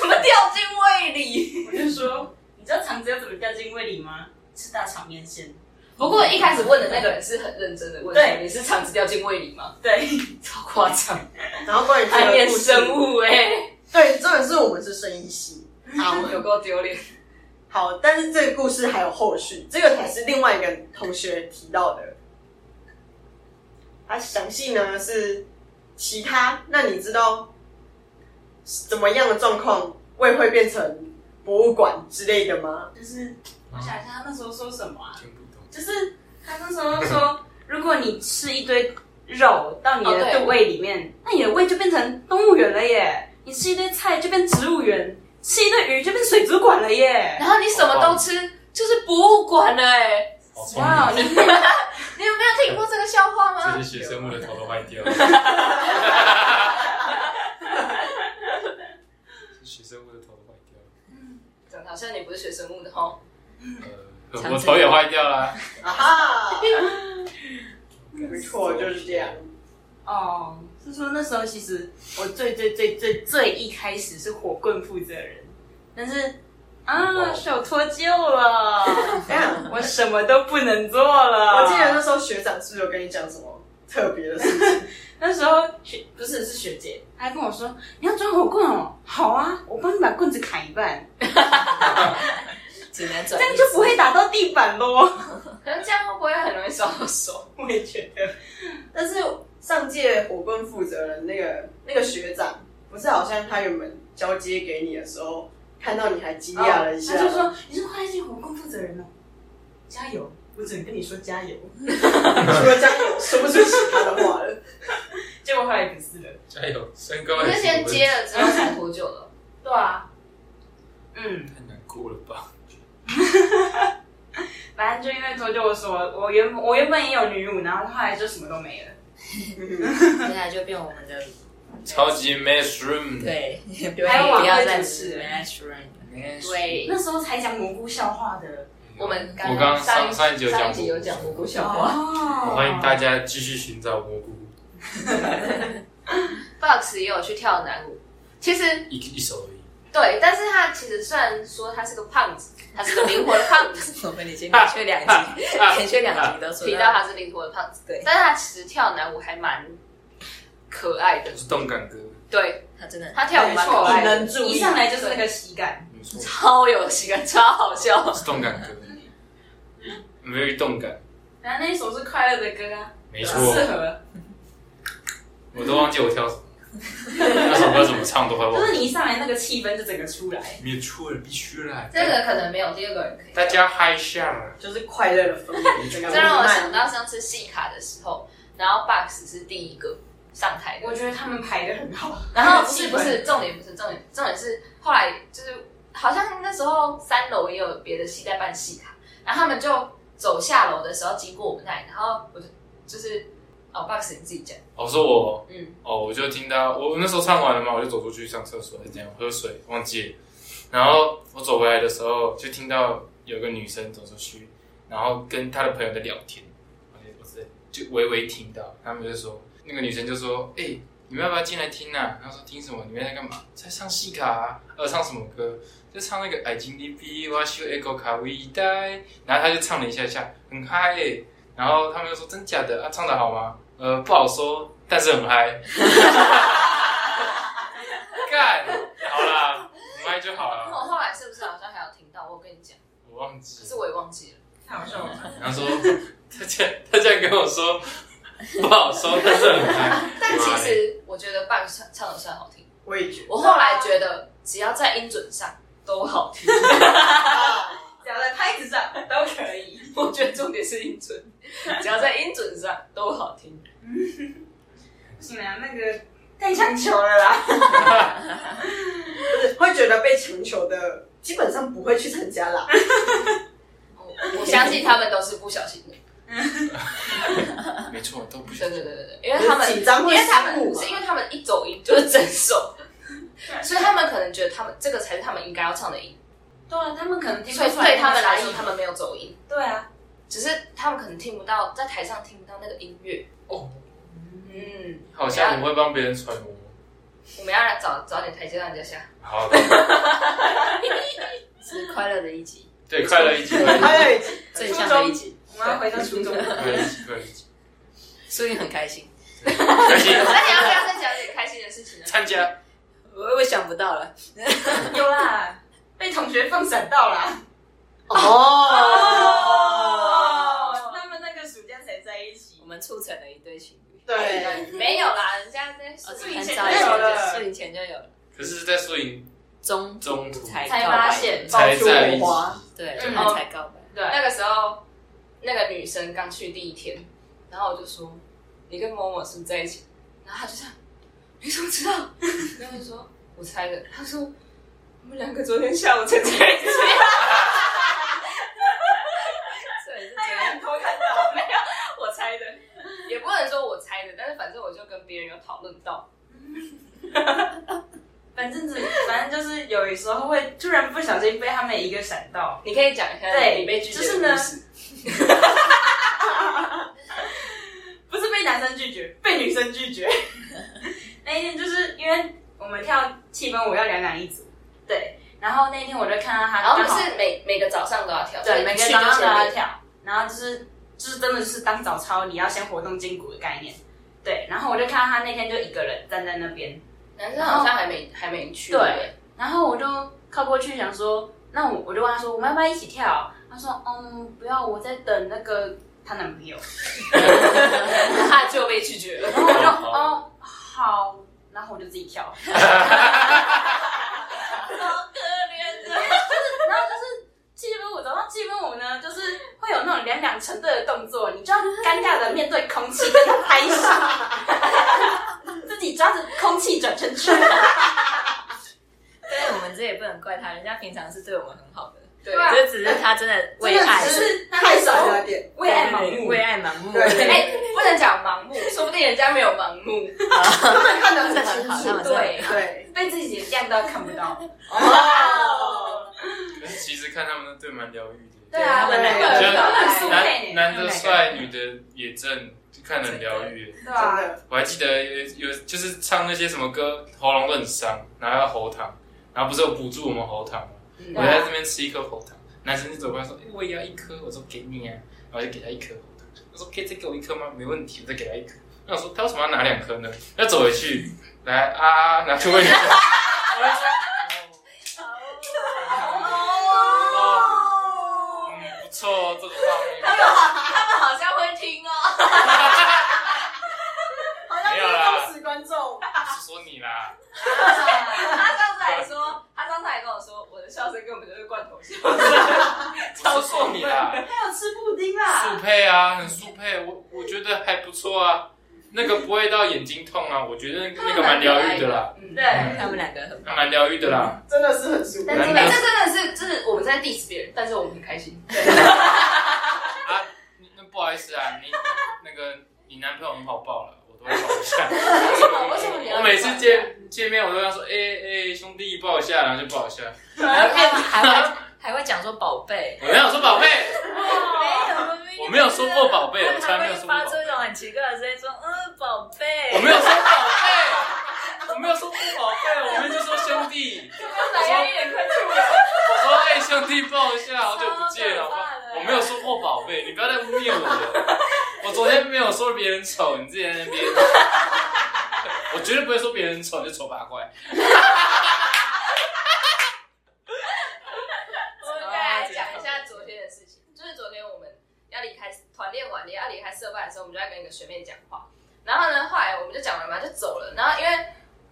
要怎么掉进胃里？
我就说，你知道肠子要怎么掉进胃里吗？吃大炒面线。
不过一开始问的那个人是很认真的问
对
说，你是肠子掉进胃里吗？
对，
超夸张，
然后关于
还
这
练
个故事
生物哎、欸，
对，重点是我们是生医系。
啊，我有够丢脸。
好，但是这个故事还有后续，这个才是另外一个同学提到的。啊，详细呢是其他。那你知道怎么样的状况胃会变成博物馆之类的吗？
就是我想一下，他那时候说什么啊？
听不懂。
就是他那时候说，如果你吃一堆肉到你
哦
的
对
肚胃里面，那你的胃就变成动物园了耶；你吃一堆菜就变植物园，吃一堆鱼就变水族馆了耶。
然后你什么都吃，就是博物馆了哎、欸。
好聪
哇，
明，
你
你有没有听过这个笑话吗？
这些学生物的头都坏掉了。这学生物的头都坏掉
讲得好像你不是学生物的哦。
了，呃，我头也坏掉了。
啊哈， 没错，就是 这样。
哦，是说那时候其实我最最最最最一开始是火棍负责人，但是啊
哇
手脱臼了，
这样，
我什么都不能做了。
哎我记得那时候学长是不是有跟你讲什么特别的事情？
那时候学不是是学姐，她还跟我说你要装火棍哦，好啊，我帮你把棍子砍一半，
只能
这
转，
样就不会打到地板喽。
可是这样会不会很容易烧到手？
我也觉得，
但是上届火棍负责人那个那个学长，不是好像他原本交接给你的时候，看到你还惊讶了一下，
她就说你是会计火棍负责人哦，加油，我只能跟你说加油。
除了这样，说不出其他的话了。
结果后来不是了，
加油，身高
我
还
是
是
先接了之后才多久了？
对啊，嗯。
太难过了吧？
反正就因为脱臼，我说我原我原本也有女乳，然后后来就什么都没了。
现在就变我们的
超级 mushroom。
对，
还有
不要
晚会
再
主持
吃
人
mushroom。
Mushroom，
对，
那时候才讲蘑菇笑话的
我们刚
我刚刚
上
上上一集有
上
讲
一集有讲蘑菇笑话。
哦
欢迎大家继续寻找蘑菇，
Box 也有去跳男舞，其实
一一手而已。
对，但是他其实虽然说他是个胖子，他是个灵活的胖子，
我们已经连续两 集，连续两集都说
提到他是灵活的胖子，
对
但是他其实跳男舞还蛮可爱的
我，是动感哥，
对
他真的
他跳舞蛮可爱
引
的，
人注
一
意。
上来就是那个喜感，
没错，
超有喜感，超好笑
我。是动感哥，very 动感，
然后那一首是快乐的歌啊，
没错，
适合。
我都忘记我跳 什么，那首歌怎么唱都会
就
忘
是
记。
你一上来那个气氛就整个出来，
没错，必须来，
这个可能没有第二个人可以。
大家嗨一下，
就是快乐的氛围，整个
这让我
慢
想到上次戏卡的时候，然后 Box 是第一个上台的，
我觉得他们排的很好。
然后不是
气氛
不是重点不是重点，重点是后来就是好像那时候三楼也有别的戏在办戏卡，然后他们就走下楼的时候经过我们那里，然后我就就是哦 Box 你自己讲，
我说我，
嗯，
哦，我就听到我我那时候唱完了嘛，我就走出去上厕所，还是怎样喝水忘记了，然后我走回来的时候就听到有个女生走出去，然后跟她的朋友在聊天，我就我是就微微听到，他们就说那个女生就说，哎、你们要不要进来听啊？然后说听什么？你们在干嘛？在唱戏卡、啊，呃，唱什么歌？就唱那个《爱情的比我修 echo 卡微带》，然后他就唱了一下下，很嗨、欸。然后他们就说真假的啊，唱的好吗？呃， 不好说，但是很嗨。干，好了，就好
哦
那
了。
我后来是不是好像还有听到？我跟你讲，
我忘
可
记
是我也忘记了。
太好笑了。
了，然后说他竟然他竟然跟我说不好收，但是很嗨。
但其实我觉得伴唱唱的算好听。
我也觉
我后来觉得，只要在音准上都好 听。
得，
只要在拍子上都可以。
我觉得重点是音准，只要在音准上都好听。
不行啊，那个太强求了啦。
不是会觉得被强求的，基本上不会去参加啦。
我我相信他们都是不小心的。
没错，都不
对
行。
对对对对，因为他们
紧张
因
会
为他
失
们
误
不
嘛
是，因为他们一走音就是整首，所以他们可能觉得他们这个才是他们应该要唱的音，
对啊，他们可能听
所以对他们来说他们没有走音，
对啊，
只是他们可能听不到在台上听不到那个音乐。
哦，
嗯，
好像你会帮别人揣摩。
我们要来找找点台阶让人家下。
好，
是快乐的一集，
对，快乐一起，快乐
还有一集
正向的一集，
我们要回到初中。
一起，快乐一起，
所以很开心。
开心
那你要不要再讲点开心的事情呢？啊
参加。
我我想不到了，
有啦，被同学放闪到啦。
哦，
他们那个暑假才在一起
我。们促成了一对情侣，
对，
没有啦，人家在
哦，
是
这
以
很
前
早以
就有
前就
了
摄影前就有了，
可是，在宿营
中
中途
才
才
告
发
白
现
才在一起
爆出火花
对，
嗯
然后才告白，
对，
那个时候，那个女生刚去第一天，然后我就说：“你跟某某是不是在一起？”然后她就这样：“你怎么知道？”然后我就说：“我猜的。”她说：“我们两个昨天下午才在一起。
所以是
他有
真
很偷看到，没有，”
我猜的， 也不能说我猜的，但是反正我就跟别人有讨论到。
反正只反正就是有时候会突然不小心被他们一个闪到，
你可以讲一下
对
你被拒绝
就是
的
呢
故事。
不是被男生拒绝，被女生拒绝。 那一天就是因为我们跳气氛舞要两两一组，对，然后那一天我就看到他，
然后我
刚好
们是每每个早上都要跳，所以
对，
你
每个
去
早上
之
都要
前
跳，然后就是就是真的是当早操，你要先活动筋骨的概念。对，然后我就看到他那天就一个人站在那边，
男生好像还没还没去。
对然后我就靠过去想说，那我我就问他说，我们要不要一起跳？他说，嗯，不要，我在等那个她男朋友。
然后他就被拒绝了。
然后我就，哦，好，然后我就自己跳。
好可怜啊的。
然后就是气氛舞，然后气氛舞呢，就是会有那种两两成对的动作，你就要尴尬的面对空气，跟他拍手，自己抓着空气转圈圈。
但是我们这也不能怪他，人家平常是对我们很好的，
对
对啊
这只是他真的为
真的
爱
只
是那
太
那时
少
候
了点，
为爱盲目，
为爱盲目，
对
哎、不能讲盲目，说不定人家没有盲目。
他们看得
真的很好，他
很清楚，
们真的
对
很好
对，
被自己亮到看不到。
哦，
可是其实看他们的对蛮疗愈的，
对啊，
他们
两个
觉
人
得
都很素
男
昧，
男的帅，女的也正，就看得很疗愈。
对
真
吧？
的，
我还记得有有就是唱那些什么歌，喉咙都很伤，然后要喉糖，然后不是有补助我们喉糖吗？
嗯
我在这边吃一颗喉糖，男生就走过来说：“哎、我也要一颗。”我说：“给你啊。”然后我就给他一颗喉糖。他说：“可以再给我一颗吗？”没问题，我再给他一颗。那我说：“他为什么要拿两颗呢？”要走回去，来啊，拿去喂你。 我就说哦
哦，
嗯，不错哦，这个画面。
他们好像会听哦。
好像
没
是
有啦
忠实观众，
是说你啦，
他上次还说，他上次还跟我说，我的笑声根本就是罐头笑声。
不是说你啦，
还有吃布丁
速
啦，
配啊，很速配，我我觉得还不错啊，那个不会到眼睛痛啊，我觉得那个那个蛮疗愈的啦，
嗯，
对
对。，
他们两个很
那蛮疗愈的啦，
真的是很舒服
但。是
男
哎、
的
这真的是，就是我们在 diss 别人，但是我们很开心。
啊，那不好意思啊，你那个你男朋友很好抱了，我都会抱一 下，
为什么？为什么你要？
我每次见见面我都要说，哎、哎、兄弟抱一下，然后就抱一下，
然后他们还会还会讲说宝贝，
我没有说宝 贝，
哦
没有，
我没有说过宝贝，我从
他
来
们
没
还
有
会
说过
发
宝
出
贝
一，种很奇怪的声音，说嗯宝贝，
我没有说宝贝，我没有说过宝贝，我们就说兄弟。
哪样啊一脸快吐了？
我说：“哎、兄弟，抱一下，好久不见啊了。”我没有说破宝贝，你不要再污蔑我了。我昨天没有说别人丑，你自己在那边。我绝对不会说别人丑，你就丑八怪。
个学妹讲话。然后呢，后来我们就讲完嘛，就走了。然后因为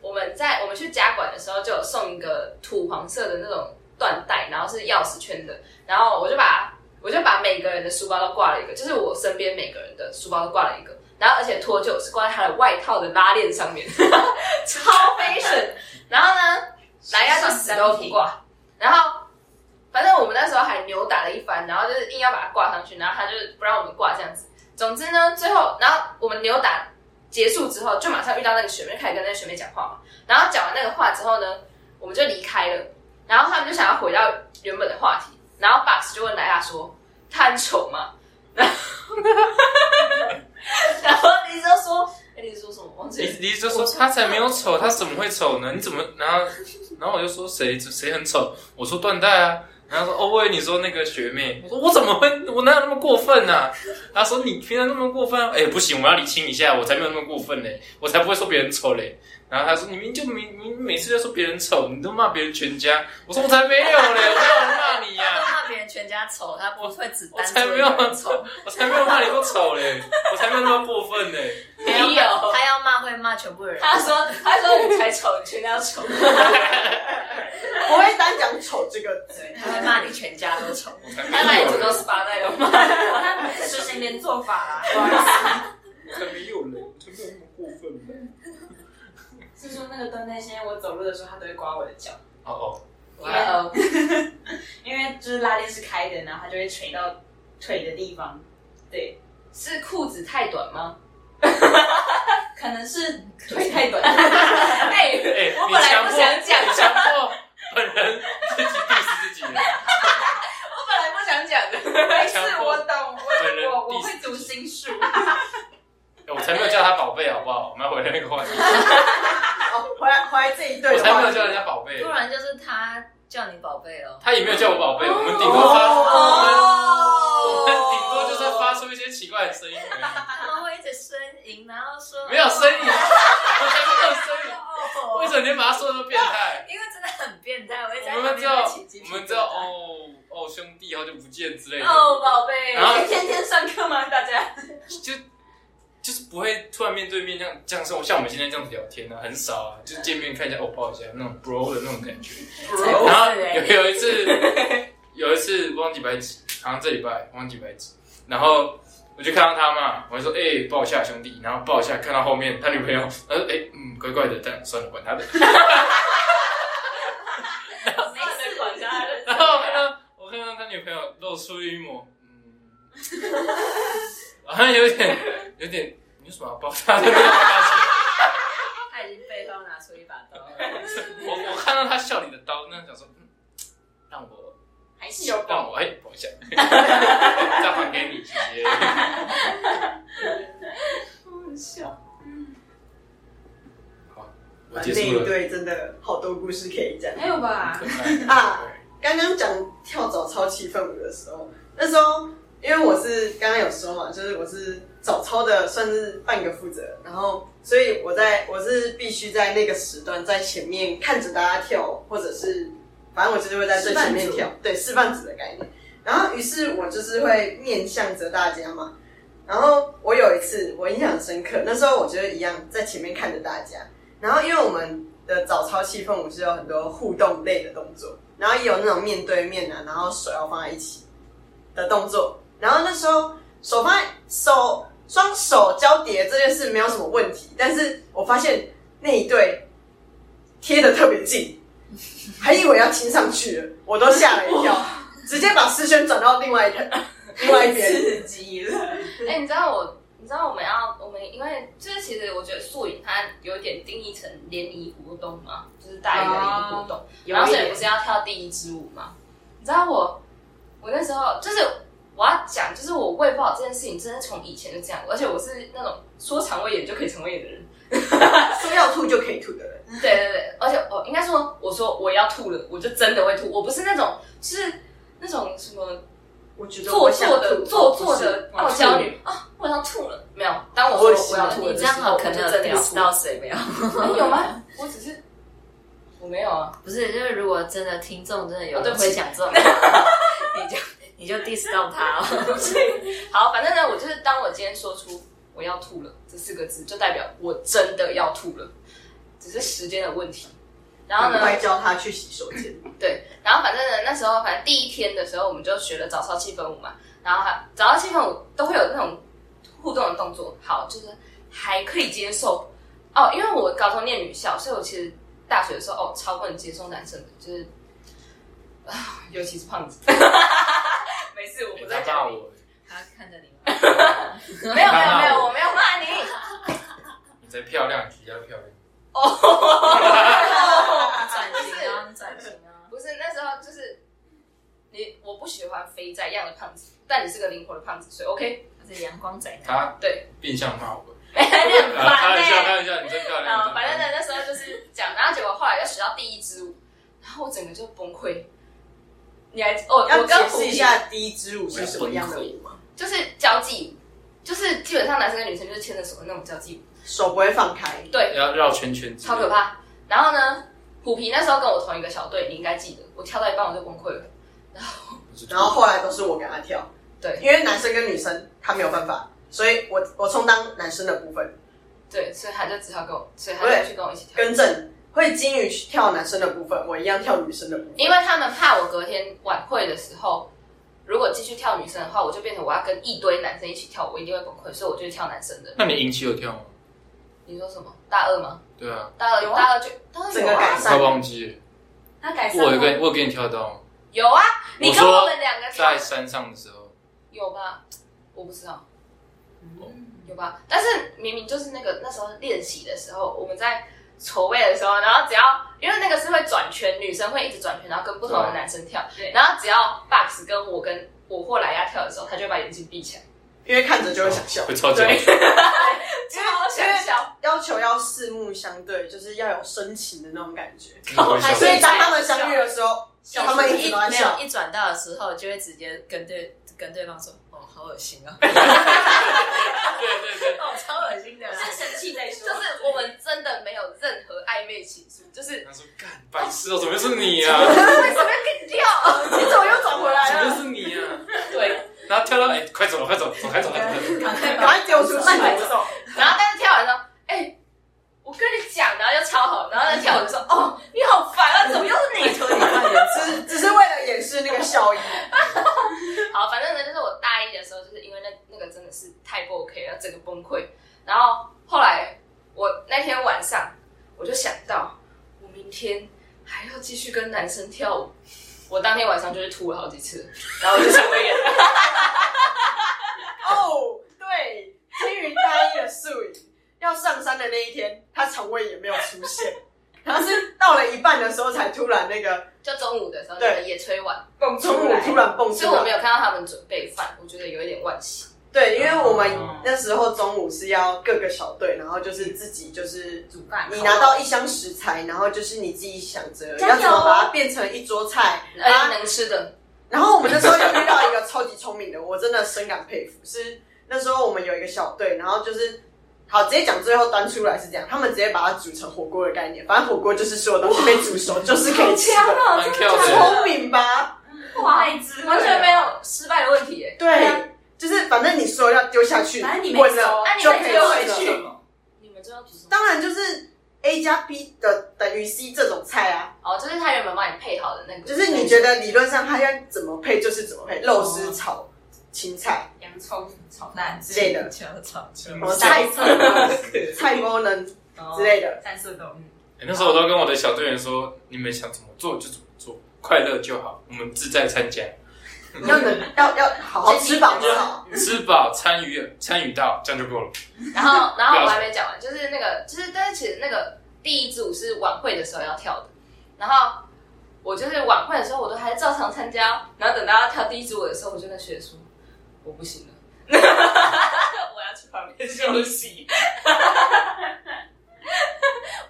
我们在我们去家管的时候，就有送一个土黄色的那种缎带，然后是钥匙圈的。然后我就把我就把每个人的书包都挂了一个，就是我身边每个人的书包都挂了一个。然后而且脱臼是挂在他的外套的拉链上面， 超 fashion。然后呢，来亚就死都不挂。然后反正我们那时候还扭打了一番，然后就是硬要把它挂上去，然后他就不让我们挂这样子。总之呢，最后然后我们扭打结束之后，就马上遇到那个学妹，开始跟那个学妹讲话嘛。然后讲完那个话之后呢，我们就离开了。然后他们就想要回到原本的话题，然后 Box 就问莱亚说：“他很丑吗？” 然后然后你就说：“哎、你说什么？忘记
你
了。
你就说他才没有丑，他怎么会丑呢？你怎么？然后然后我就说谁谁很丑？我说缎带啊。然后说哦喂，你说那个学妹，我说我怎么会？我哪有那么过分呢、啊？他说你平常那么过分、啊，哎不行，我要理清一下，我才没有那么过分嘞，我才不会说别人丑嘞。然后他说你明明就明明每次都说别人丑，你都骂别人全家。我说我才没有嘞，我没有骂你啊呀、
他骂别人全家丑，他不会只单
我
说
才
一个
没有
人丑，
我才没有骂你不丑嘞，我才没有那么过分嘞。
没有
他要骂会骂全部人。
他说：“他说你才丑，你全家丑。”
不会单讲丑这个字，
对，他会骂你全家都丑。
我才
他那
没
一
有
组
嘞
都，是八代的吗？
他实行连坐法啦，不 好意思
我才没有嘞，我才没有那么过分嘞。
是说那个缎带，现在我走路的时候，它都会刮我的脚，
哦哦，
哇哦，
因为就是拉链是开的，然后它就会垂到腿的地方。对，
是裤子太短吗？
可能是腿太短。
哎，
哎、
我
你
本来
强
不
迫
想讲
你强迫本人自己 diss 自己哎了。
我本来不想讲的。
没事，我懂，我我我会读心术。
哎我才没有叫他宝贝，好不好？我们要回来那个话题，
哦，回来回来这一对
我
的
才没
话
有，叫人家宝贝
突，然就是他叫你宝贝了，
他也没有叫我宝贝，我们
哦
顶多发，我们我们顶多就是发出一些奇怪的声音而已，
他们会一直呻吟，然后说
没有声音，我才没有声音，
哦
为什么你把他说的那么变态？
因为真的很变态，我一直在
我们
旁
知
边
道
起鸡，
我
皮
们知
疙
道
瘩。
哦哦兄弟，好久不见之类的，
哦，宝贝，
然后
天天上课吗？大家？
就就是不会突然面对面这样这样说，像我们现在这样子聊天啊，很少啊，就见面看一下，哦抱一下那种 bro 的那种感觉。
才不
然后
是欸
有有一次，有一次忘记白纸，好像这礼拜忘记白纸，然后我就看到他嘛，我就说哎、抱一下兄弟，然后抱一下，看到后面他女朋友，他说哎、嗯怪怪的，但算了管他的。
没事，管家人。
然后我看到我看到他女朋友露出一抹嗯，好像有点有点你为什么要抱他的那种感觉。
他已经背后拿出一把刀 了，
我我看到他笑里的刀，那想说，嗯，让我
还是有
让
宝。
我哎，抱一下，再还给你，谢谢。好，我
那
结
一
束了，
对真的好多故事可以讲。
还有吧？
可爱哎
啊，刚刚讲跳早操起氛舞的时候，那时候因为我是刚刚有说嘛，就是我是早操的算是半个负责，然后所以我在我是必须在那个时段在前面看着大家跳，或者是反正我就是会在最前面
示
跳，对示范组的概念。然后于是我就是会面向着大家嘛。然后我有一次我印象很深刻，那时候我觉得一样在前面看着大家，然后因为我们的早操气氛舞是有很多互动类的动作，然后也有那种面对面啊，然后手要放在一起的动作。然后那时候手放在手双手交叠这件事没有什么问题，但是我发现那一对贴的特别近，还以为要亲上去了，我都吓了一跳，直接把视线转到另外一边，另外 一边。
刺激了。
哎、你知道我，你知道我们要我们因为就是其实我觉得素影它有点定义成联谊活动嘛，就是大于联谊活动。然后所以不是要跳第一支舞吗？你知道我，我那时候就是我要讲，就是我胃不好这件事情，真的从以前就这样，而且我是那种说肠胃炎就可以肠胃炎的人。
说要吐就可以吐的人，
对对对，而且我应该说，我说我要吐了，我就真的会吐，我不是那种就是那种什么
我觉得
做
我想
作的
吐
做作的
我
哦
傲
不是
娇女啊，我要吐了，没有，当我
我也
说
是
我要吐
你
了
这
的
样
时候，
好
我
可
就
能有
真的
屌
吐
到水没有？
哎有吗？我只是我没有啊，
不是，就是如果真的听众真的有
哦对
人
不起
会讲这种 话，你就你就 diss 到他哦。
好，反正呢，我就是当我今天说出我要吐了”这四个字，就代表我真的要吐了，只是时间的问题。然后呢
赶，快叫他去洗手间。
对，然后反正呢，那时候反正第一天的时候，我们就学了早操气氛舞嘛，然后还早操气氛舞都会有那种互动的动作，好，就是还可以接受哦，因为我高中念女校，所以我其实大学的时候哦，超不能接受男生的，就是啊，尤其是胖子。 没事，我不
你
再
在
讲
骂
你。
我，
他看着你吗？
没有没有没有，我没有骂你。
你才漂亮，你比较漂亮。
哦转型啊，转型啊！
不是那时候就是你，我不喜欢肥宅一样的胖子，但你是个灵活的胖子，所以 OK。
他是阳光宅男，
他
对，
变相骂我，
你很
啊开
烦
玩
欸
笑，开玩笑，你真漂亮。
啊，
你真漂亮
反正呢，那时候就是讲，然后结果后来要学到第一支舞，然后我整个就崩溃。你还哦，
要
我跟
解
胡
释一
迪
下第一支舞是什么样的舞吗？
就是交际舞，就是基本上男生跟女生就是牵着手的那种交际舞，
手不会放开，
对，
要绕圈圈，
欸超可。怕。然后呢，虎皮那时候跟我同一个小队，你应该记得，我跳到一半我就崩溃了。
然后后来都是我给他跳。
对
因为男生跟女生他没有办法，所以我我充当男生的部分，
对，所以他就只好跟我，所以他
对
就去跟我一起跳，
更正会金鱼去跳男生的部分，我一样跳女生的部分。
因为他们怕我隔天晚会的时候，如果继续跳女生的话，我就变成我要跟一堆男生一起跳，我一定会崩溃，所以我就去跳男生的。
那你引起有跳吗？
你说什么？大二吗？
对啊，
大二
有啊
大二就大二
整
有
个
啊
改
快
善，
忘记了，
他改善
我有
了，
跟我有跟你跳到，
有啊，哎你跟我
我说
们两个跳
在山上的时候，
有吧？我不知道
嗯
有吧，但是明明就是那个那时候练习的时候，我们在筹备的时候，然后只要因为那个是会转圈，女生会一直转圈，然后跟不同的
对
男生跳，
对
然后只要 Box 跟我跟我或莱亚跳的时候，他就会把眼睛闭起来，
因为看着就会想笑。
会超级
对超
想
笑。
要求要四目相对，就是要有深情的那种感觉。
好笑
还
所
是
以当他们相遇的时候，他们一
一
直都在
没
笑
有。一转到的时候，就会直接跟对跟对方说：“哦，好恶心 哦，
对对对，
哦，超恶心的啊。
先生气再说，
就是我们真的没有任何暧昧情愫， 就是
他说干白痴哦，怎么又是你啊？
为什么要跟你跳？
你怎么又转回来
怎 么又
了？
是你啊？
对，
然后跳到哎，快走了，快走，走开走开走开。
赶快
赶快丢出去！走。
然后但是跳完之后，哎、我跟你讲，然后就超好，然后再跳我就说，哦，你好烦啊，怎么又是你？
只只是为了掩饰那个笑意。
好，反正呢，就是我大一的时候，就是因为那那个真的是太不 OK 了，整个崩溃。然后后来我那天晚上，我就想到，我明天还要继续跟男生跳舞。我当天晚上就是吐了好几次，然后我就想胃炎。
哦，对，基于大一的宿营，要上山的那一天，他肠胃也没有出现， 然后是到了一半的时候才突然那个
就中午的时候，
对
那个野炊完，
蹦
中午突然蹦出
所以我没
来。
有看到他们准备饭，我觉得有一点惋惜。
对，因为我们那时候中午是要各个小队，然后就是自己就是
煮饭，
你拿到一箱食材，然后就是你自己想着
加油
要怎么把它变成一桌菜。
而
然
且
后，
能吃的，
然后我们那时候又遇到一个超级聪明的，我真的深感佩服。是那时候我们有一个小队，然后就是好直接讲，最后端出来是这样，他们直接把它煮成火锅的概念。反正火锅就是所有东西被煮熟就是可以吃的，
哦
蛮跳的，
聪明吧？
哇，太智
完全没有失败的问题耶。
对，就是反正你所有啊要丢下去，
反正你没
滚
熟
了
那你
就
们
可以
丢回
吃
去
了。
你们知道煮什么？
当然就是 A 加 B 的等于 C 这种菜啊。
哦，就是他原本帮你配好的那个，
就是你觉得理论上它要怎么配就是怎么配，肉丝炒青菜，
洋葱炒蛋
之类的
悄悄悄
什么菜色、菜包能之
之
类的。
三色豆，
哎那时候我都跟我的小队员说，你们想怎么做就怎么做，快乐就好，我们自在参加，
要能要要好好吃饱就好。
吃饱参与参与到，这样就够了。
然后，然后我还没讲完，就是那个，就是但是其实那个第一支舞是晚会的时候要跳的，然后我就是晚会的时候我都还照常参加，然后等到要跳第一支舞的时候，我就跟学姐说我不行了， 我要去旁边休息。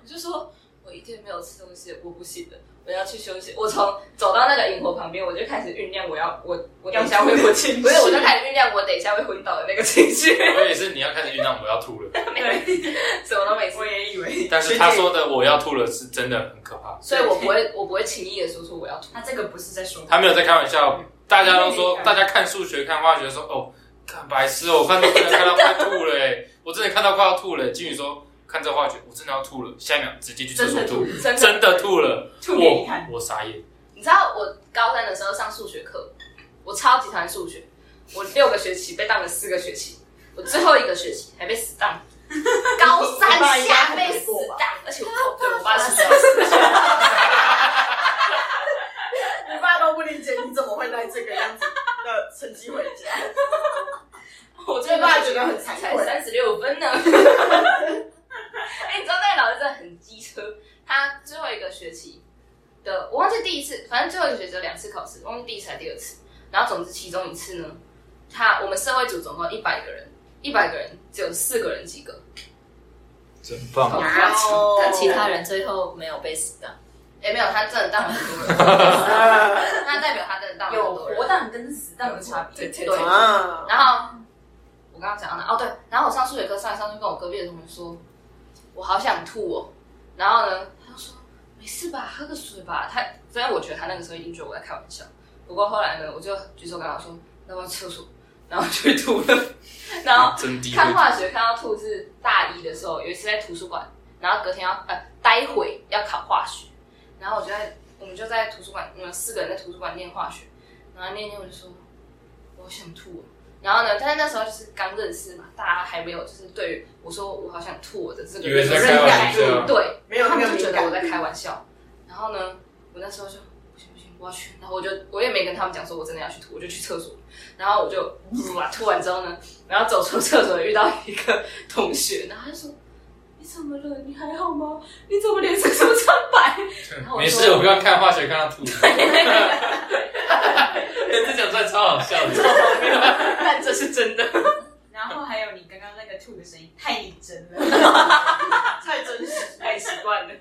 我就说我一天没有吃东西，我不行了。我要去休息。我从走到那个萤火旁边，我就开始酝酿我要我我等一下会昏，不是我就开始酝酿我等一下会昏倒的那个情绪，
我也是，你要开始酝酿我要吐了，
对，
什么都没吃
我。也以为
但是他说的我要吐了是真的很可怕，
所以我不会，我不会轻易的说出我要吐。
他这个不是在说
他没有在开玩笑，大家都说
嗯
大家看数学看化学说哦，看白痴哦，我看数学看到快吐了、哎，我真的看到快要吐了。金宇说看这画卷，我真的要吐了，下一秒直接去厕
真
所
的
吐
吐，，
真的
真的吐了，
吐给你看。
我我傻眼。
你知道我高三的时候上数学课，我超级讨厌数学，我六个学期被当了四个学期，我最后一个学期还被 死当，高三下被死当，而且我对我爸是这样子，
你爸都不理解你怎么会带这个样子的成绩回家，
我
我爸觉得很惭
才
愧。
三十六 分呢。哎、你知道那个老师真的很机车，他最后一个学期的，我忘记第一次，反正最后一个学期有两次考试，忘记第一次还是第二次。然后总之其中一次呢，他我们社会组总共一百个人，一百个人只有四个人及格。
真棒！
哇哦
但其他人最后没有被死的，
哎、没有，他真的当了很多人，他代表他真的当了
有
很多人
活。档跟死档的差别。
对
对啊，
然后我刚刚讲到哪？哦，对，然后我上数学课上一上就跟我隔壁的同学说，我好想吐哦。然后呢，他就说没事吧，喝个水吧。他虽然我觉得他那个时候已经觉得我在开玩笑，不过后来呢，我就举手跟他说要不要厕所，然后就吐了。 然后
真低
看
位，
化学看到吐是大一的时候，有一次在图书馆，然后隔天要呃，待会要考化学，然后我就在我们就在图书馆，我们四个人在图书馆念化学，然后念念我就说我想吐哦，然后呢，但是那时候就是刚认识嘛，大家还没有就是对于我说我好想吐我的这个
以为
认
在
识
开玩
有人
笑
敢，
对，
没有
他
那
们
个
就觉
敏
得我
感嗯
在
度
开玩笑。然后呢，我那时候就不行不行，我要去。然后我就我也没跟他们讲说我真的要去吐，我就去厕所。然后我就哇吐完之后呢，然后走出厕所遇到一个同学，然后他就说：“你怎么了？你还好吗？你怎么脸色这么苍 白后我
没
说
事，我刚刚看化学看到吐。 这讲出来超好笑的，？”
但这是真的，
然后还有你刚刚那个吐的声音，太拟真 了，
太真实。
太习惯了。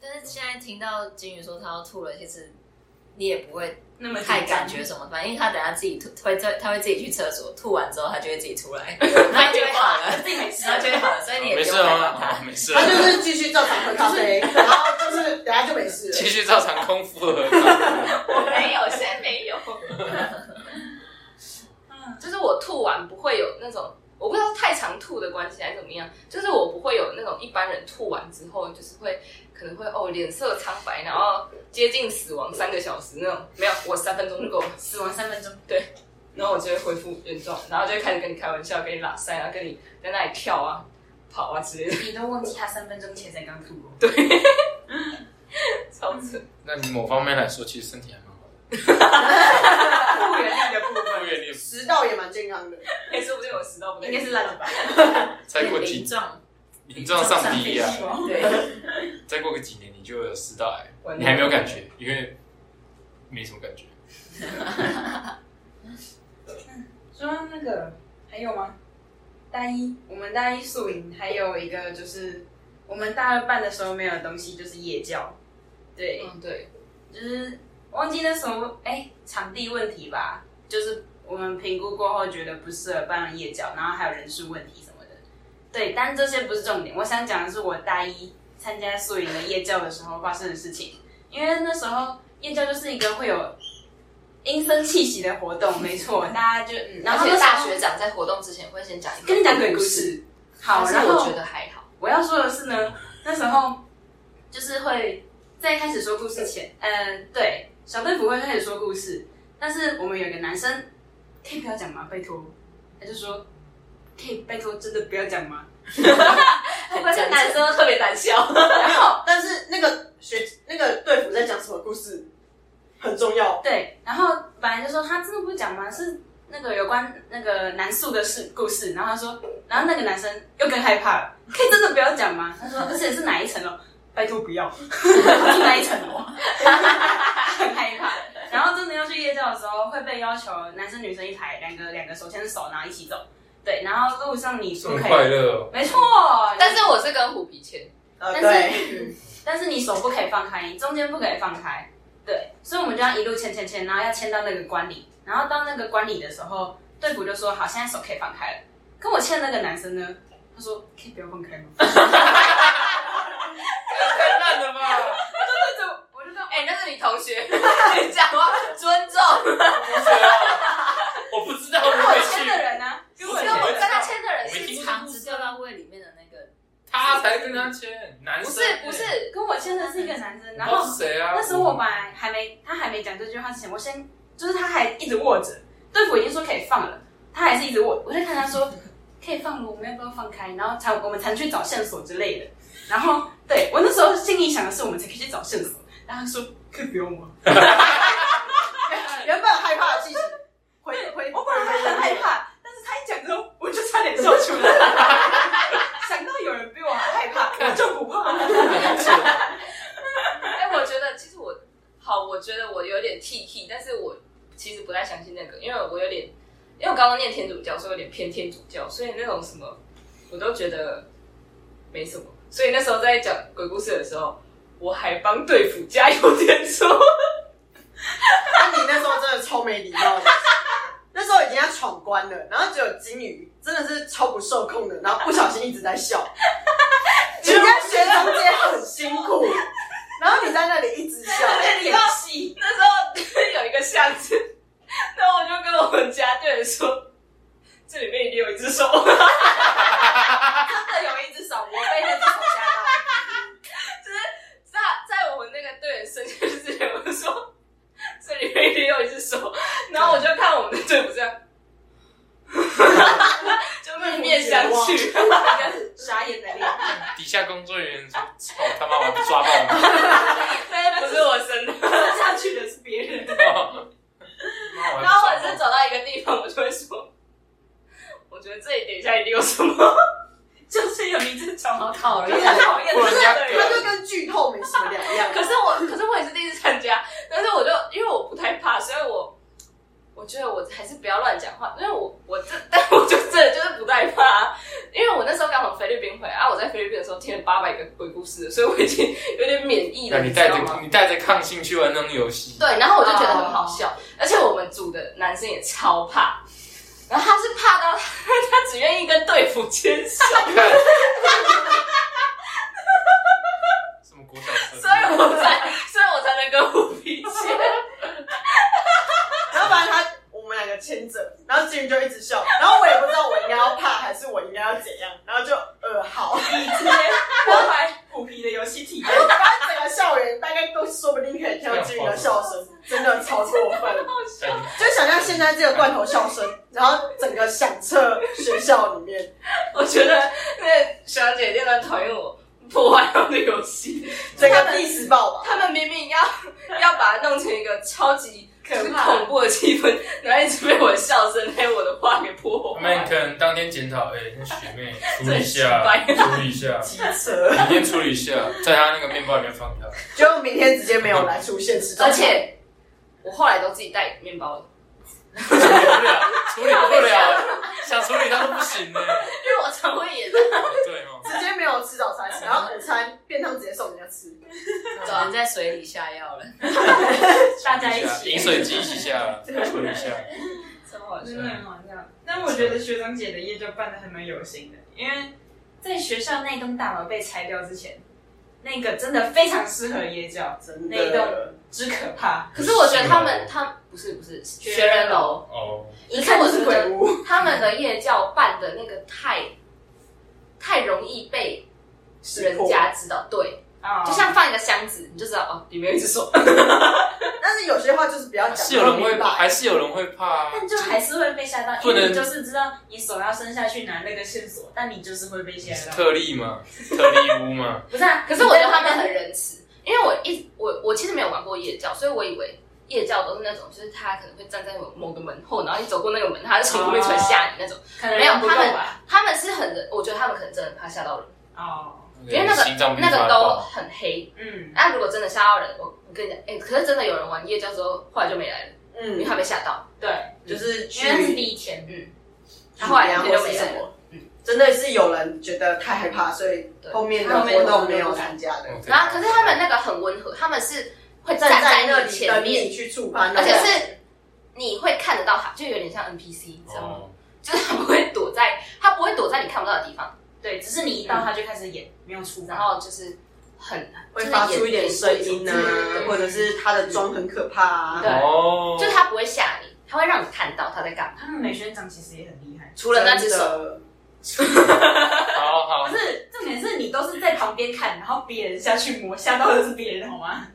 但是现在听到金鱼说他要吐了，其实你也不会
那么
太
紧张
感觉。什么，反正因为他等下自己吐，会自他会自己去厕所，吐完之后他就会自己出来， 然后就会好 了，
自己没事
然后就会好了，所以你也
没
不用
事
太管他。
啊，没事啊
他，就是继续照常喝咖啡，然后就是等下就没事
继
了。
续照常空腹喝。
我没有，现在 没有。就是我吐完不会有那种，我不知道是太常吐的关系还是怎么样，就是我不会有那种一般人吐完之后就是会可能会哦脸色苍白，然后接近死亡三个小时那种，没有，我三分钟就够了，
死亡三分钟，
然后我就会恢复原状，然后就会开始跟你开玩笑，跟你拉塞，然啊后跟你在那里跳啊、跑啊之类的，
你都忘记他三分钟前才刚吐哦过。
超扯。
那你某方面来说，其实身体还蛮好的，
吐原力的部
不
分，
远离
食道也蛮健康的，
哎，说不定我食道不对
应该是烂了吧？
再过
鳞
几
状，
你这样上第一啊，
对，
再过个几年你就有食道癌，
完了
你还没有感觉，因为没什么感觉。
说到那个还有吗？大一，我们大一宿营还有一个就是，我们大二办的时候没有的东西就是夜教，对，
嗯，对，
就是忘记那什么哎、场地问题吧，就是我们评估过后觉得不适合办夜教，然后还有人数问题什么的。对，但这些不是重点，我想讲的是我大一参加宿营的夜教的时候发生的事情，因为那时候夜教就是一个会有阴森气息的活动，没错，大家就嗯，然
而
后
且
那时候
大学长在活动之前会先讲一个
跟你讲鬼故，事，好，
但
然
是
后
我觉得还好。
我要说的是呢，那时候就是会在开始说故事前，嗯，对，小队服会开始说故事，但是我们有一个男生，可以不要讲吗？拜托，他就说，可以拜托，真的不要讲 吗？
很
而且
真
男
诚。
生都特别胆小，
然后
但是那个学那个队服在讲什么故事很重要。
对，然后本来就说他真的不讲吗？是那个有关那个男宿的事故事，然后他说，然后那个男生又更害怕了，可以真的不要讲吗？他说，而且是哪一层哦？拜托不要， 是哪一层哦？ 很害怕。然后真的要去夜校的时候，会被要求男生女生一排，两个两个手牵着手，然后一起走。对，然后路上你说
很
可
快
以，
乐哦，
没错，
但是我是跟虎皮签。
呃，
但是
对，
但是你手不可以放开，你中间不可以放开，对，所以我们就要一路牵牵牵，然后要牵到那个关里，然后到那个关里的时候，队服就说好，现在手可以放开了。跟我牵那个男生呢，他说可以不要放开吗？
太烂了吧！
我就说
哎、那是你同学， 你讲话尊重。
我不知道，我
跟
没
我牵
去
的人呢、跟
跟
我
我跟
牵的
我跟
人
他签的人
我没
是
听
常
签，男
不
生
是不，是，
跟我先生是一个男生，
然
然
后
后
是谁啊？
那时候我本来还没，他还没讲这句话之前，我先就是他还一直握着，对付已经说可以放了，他还是一直握，我就看他说 可以放了，我们要不要放开？然后才我们才去找线索之类的。然后对我那时候心里想的是，我们才可以去找线索。然后他说可以不用吗？
原本害怕的事情，
回回，我本来还很害怕，但是他一讲之后，我就差点笑出来。想到有人比我还害怕，我就不怕了。
哎、我觉得其实我好，我觉得我有点 T T，但是我其实不太相信那个，因为我有点，因为我高中念天主教，所以有点偏天主教，所以那种什么我都觉得没什么。所以那时候在讲鬼故事的时候，我还帮队服加油添醋。
那啊你那时候真的超没礼貌的。那时候已经要闯关了，然后只有金鱼真的是超不受控的，然后不小心一直在笑。人家学长姐很辛苦，然后你在那里一直笑，
演戏，
那时候 有一个巷子，然后我就跟我们家队员说，这里面一定有一只手。
真的有一只手，我被那只手吓到。
在在我们那个队员生下去之前，我就说 这里面一定有一只手，然后我就看我们的队伍这样， 就面面相觑。
跟傻眼的脸，
底下工作人员说：“操他妈，我不抓爆你
不是我生的，
吞下去的是别人。！”
然
然后我是走到一个地方，我就会说，我觉得这里等一下一定有什么。
就是有一只
好
虫，
讨
我
厌
就。很讨厌
不然人家
这个
他
人。
就跟剧透没什么两样。
可是我， 可是我也是第一次参加，但是我就因为我不太怕，所以我我觉得我还是不要乱讲话，因为我我这， 但我就真的就是不太怕啊，因为我那时候刚从菲律宾回来啊，我在菲律宾的时候听了八百个鬼故事，所以我已经有点免疫了，
那你
你知
带
道吗
着？你带着抗性去玩那种游戏，
对，然后我就觉得很好笑，而且我们组的男生也超怕，然后他是怕到他只愿意跟队服牵手，
看什么国小生？啊
所以我才，所以我才能跟虎皮 牵。
然后反正他我们两个牵着，然后金鱼就一直笑，然后我也不知道我应该要怕还是我应该要怎样，然后就呃好，
以前我买虎皮的游戏体验，
然后整个校园大概都说不定可以听到金鱼的笑声，真的超过分。就想象现在这个罐头笑 声，然后整个响彻学校里 面，
我觉得那个小姐姐们讨厌我破坏我的游戏，
整个第十报吧。
他们明明要要把它弄成一个超级
可
就是
怕
恐怖的气氛，然后一直被我的笑声还有我的话给破
他
坏
们，可能当天检讨，哎，那学妹处理一下，
真
处理一下，
机车，
明天处理一下，在他那个面包里面放他。
就明天直接没有来出现，是
而且我后来都自己带面包了，
处理不了，处理不了，想处理他都不行呢。
因为 我常会演
对哦，
直接没有吃早餐，然后午餐便当直接送人家吃，
有人在水里下药了，
大家一起
饮水机一起下，处理一下。
超好笑
真。的很好笑。但我觉得学长姐的夜就办的还蛮有心的，因为在学校那栋大楼被拆掉之前，那个真的非常适合夜教，
真
那一
的
栋。之可怕。
可是我觉得他们，他不是不是学人楼，
哦，
一看就
可是我觉
是鬼
得
屋，
他们的夜教办的那个太太容易被
识
人
破
家知道，对，
啊
就像放一个箱子，你就知道哦，里面有一只手。
但是有些话就是不要讲，
是
啊
有人
不要
会
明白
还是有人会怕啊？
但就还是会被吓到，
不
因
能
为你就是知道你手要伸下去拿那个线索，但你就是会被吓 到。
特例嘛，特例屋嘛，
不是啊，
可是我觉得他们很仁慈，因为我一直我我其实没有玩过夜教，所以我以为夜教都是那种，就是他可能会站在某某个门后，然后你走过那个门，他就从后面突然吓你那种。
可能
没有
人不够
他们
啊
吧？
他们是很仁，我觉得他们可能真的很怕吓到人，
哦，
因为那
心脏
个
病
那
发
个都
作
很黑。
嗯，
那如果真的吓到人，我我跟你讲，哎、可是真的有人玩夜教之后，后来就没来了，因为
嗯，
他被吓到。
对，
就是
因为那是
去
第一天，
嗯，
他
他
后
后
来
来
两
两天都
天都没
没
什
什
么
么，
真的是有人觉得太害怕，所以
对
后面的活动没有参加的，
OK
然后可是他们那个很温和，他们是会站
站在那
那
里
前
等你
面，
去触发，
而且是你会看得到他，就有点像 NPC，你知道吗？
哦，
就是他不会躲在，他不会躲在你看不到的地方，
对，只是你一到他就开始演，没有出
然
发。
后就是很
会发出一点声音
呢
呢、，
对
或者是他的妆很可怕啊。
对
哦，
就是他不会吓你，他会让你看到他在干嘛。
他们美宣长其实也很厉害，
除了那只手，
手，
好好
不，是，重点是你都是在旁边看，然后别人下去摸，吓到的是别人好吗？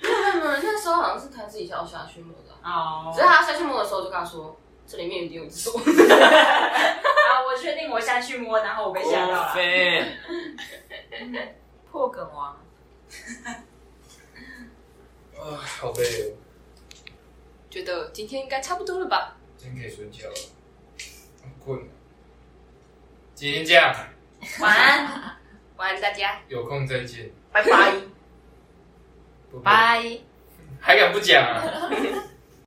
没有没有，那时候好像是他自己想要下去摸的啊，
哦
只是他下去摸的时候我就跟他说，这里面一定有一只手。
啊，我确定我下去摸，然后我被吓到
哦
了。
飞，
破梗王，
啊，好累哦，
觉得今天应该差不多了吧？
今天可以睡觉了，很困。今天这样，
晚安，
晚安大家，
有空再见。
拜拜。
不，
拜。
还敢不讲啊？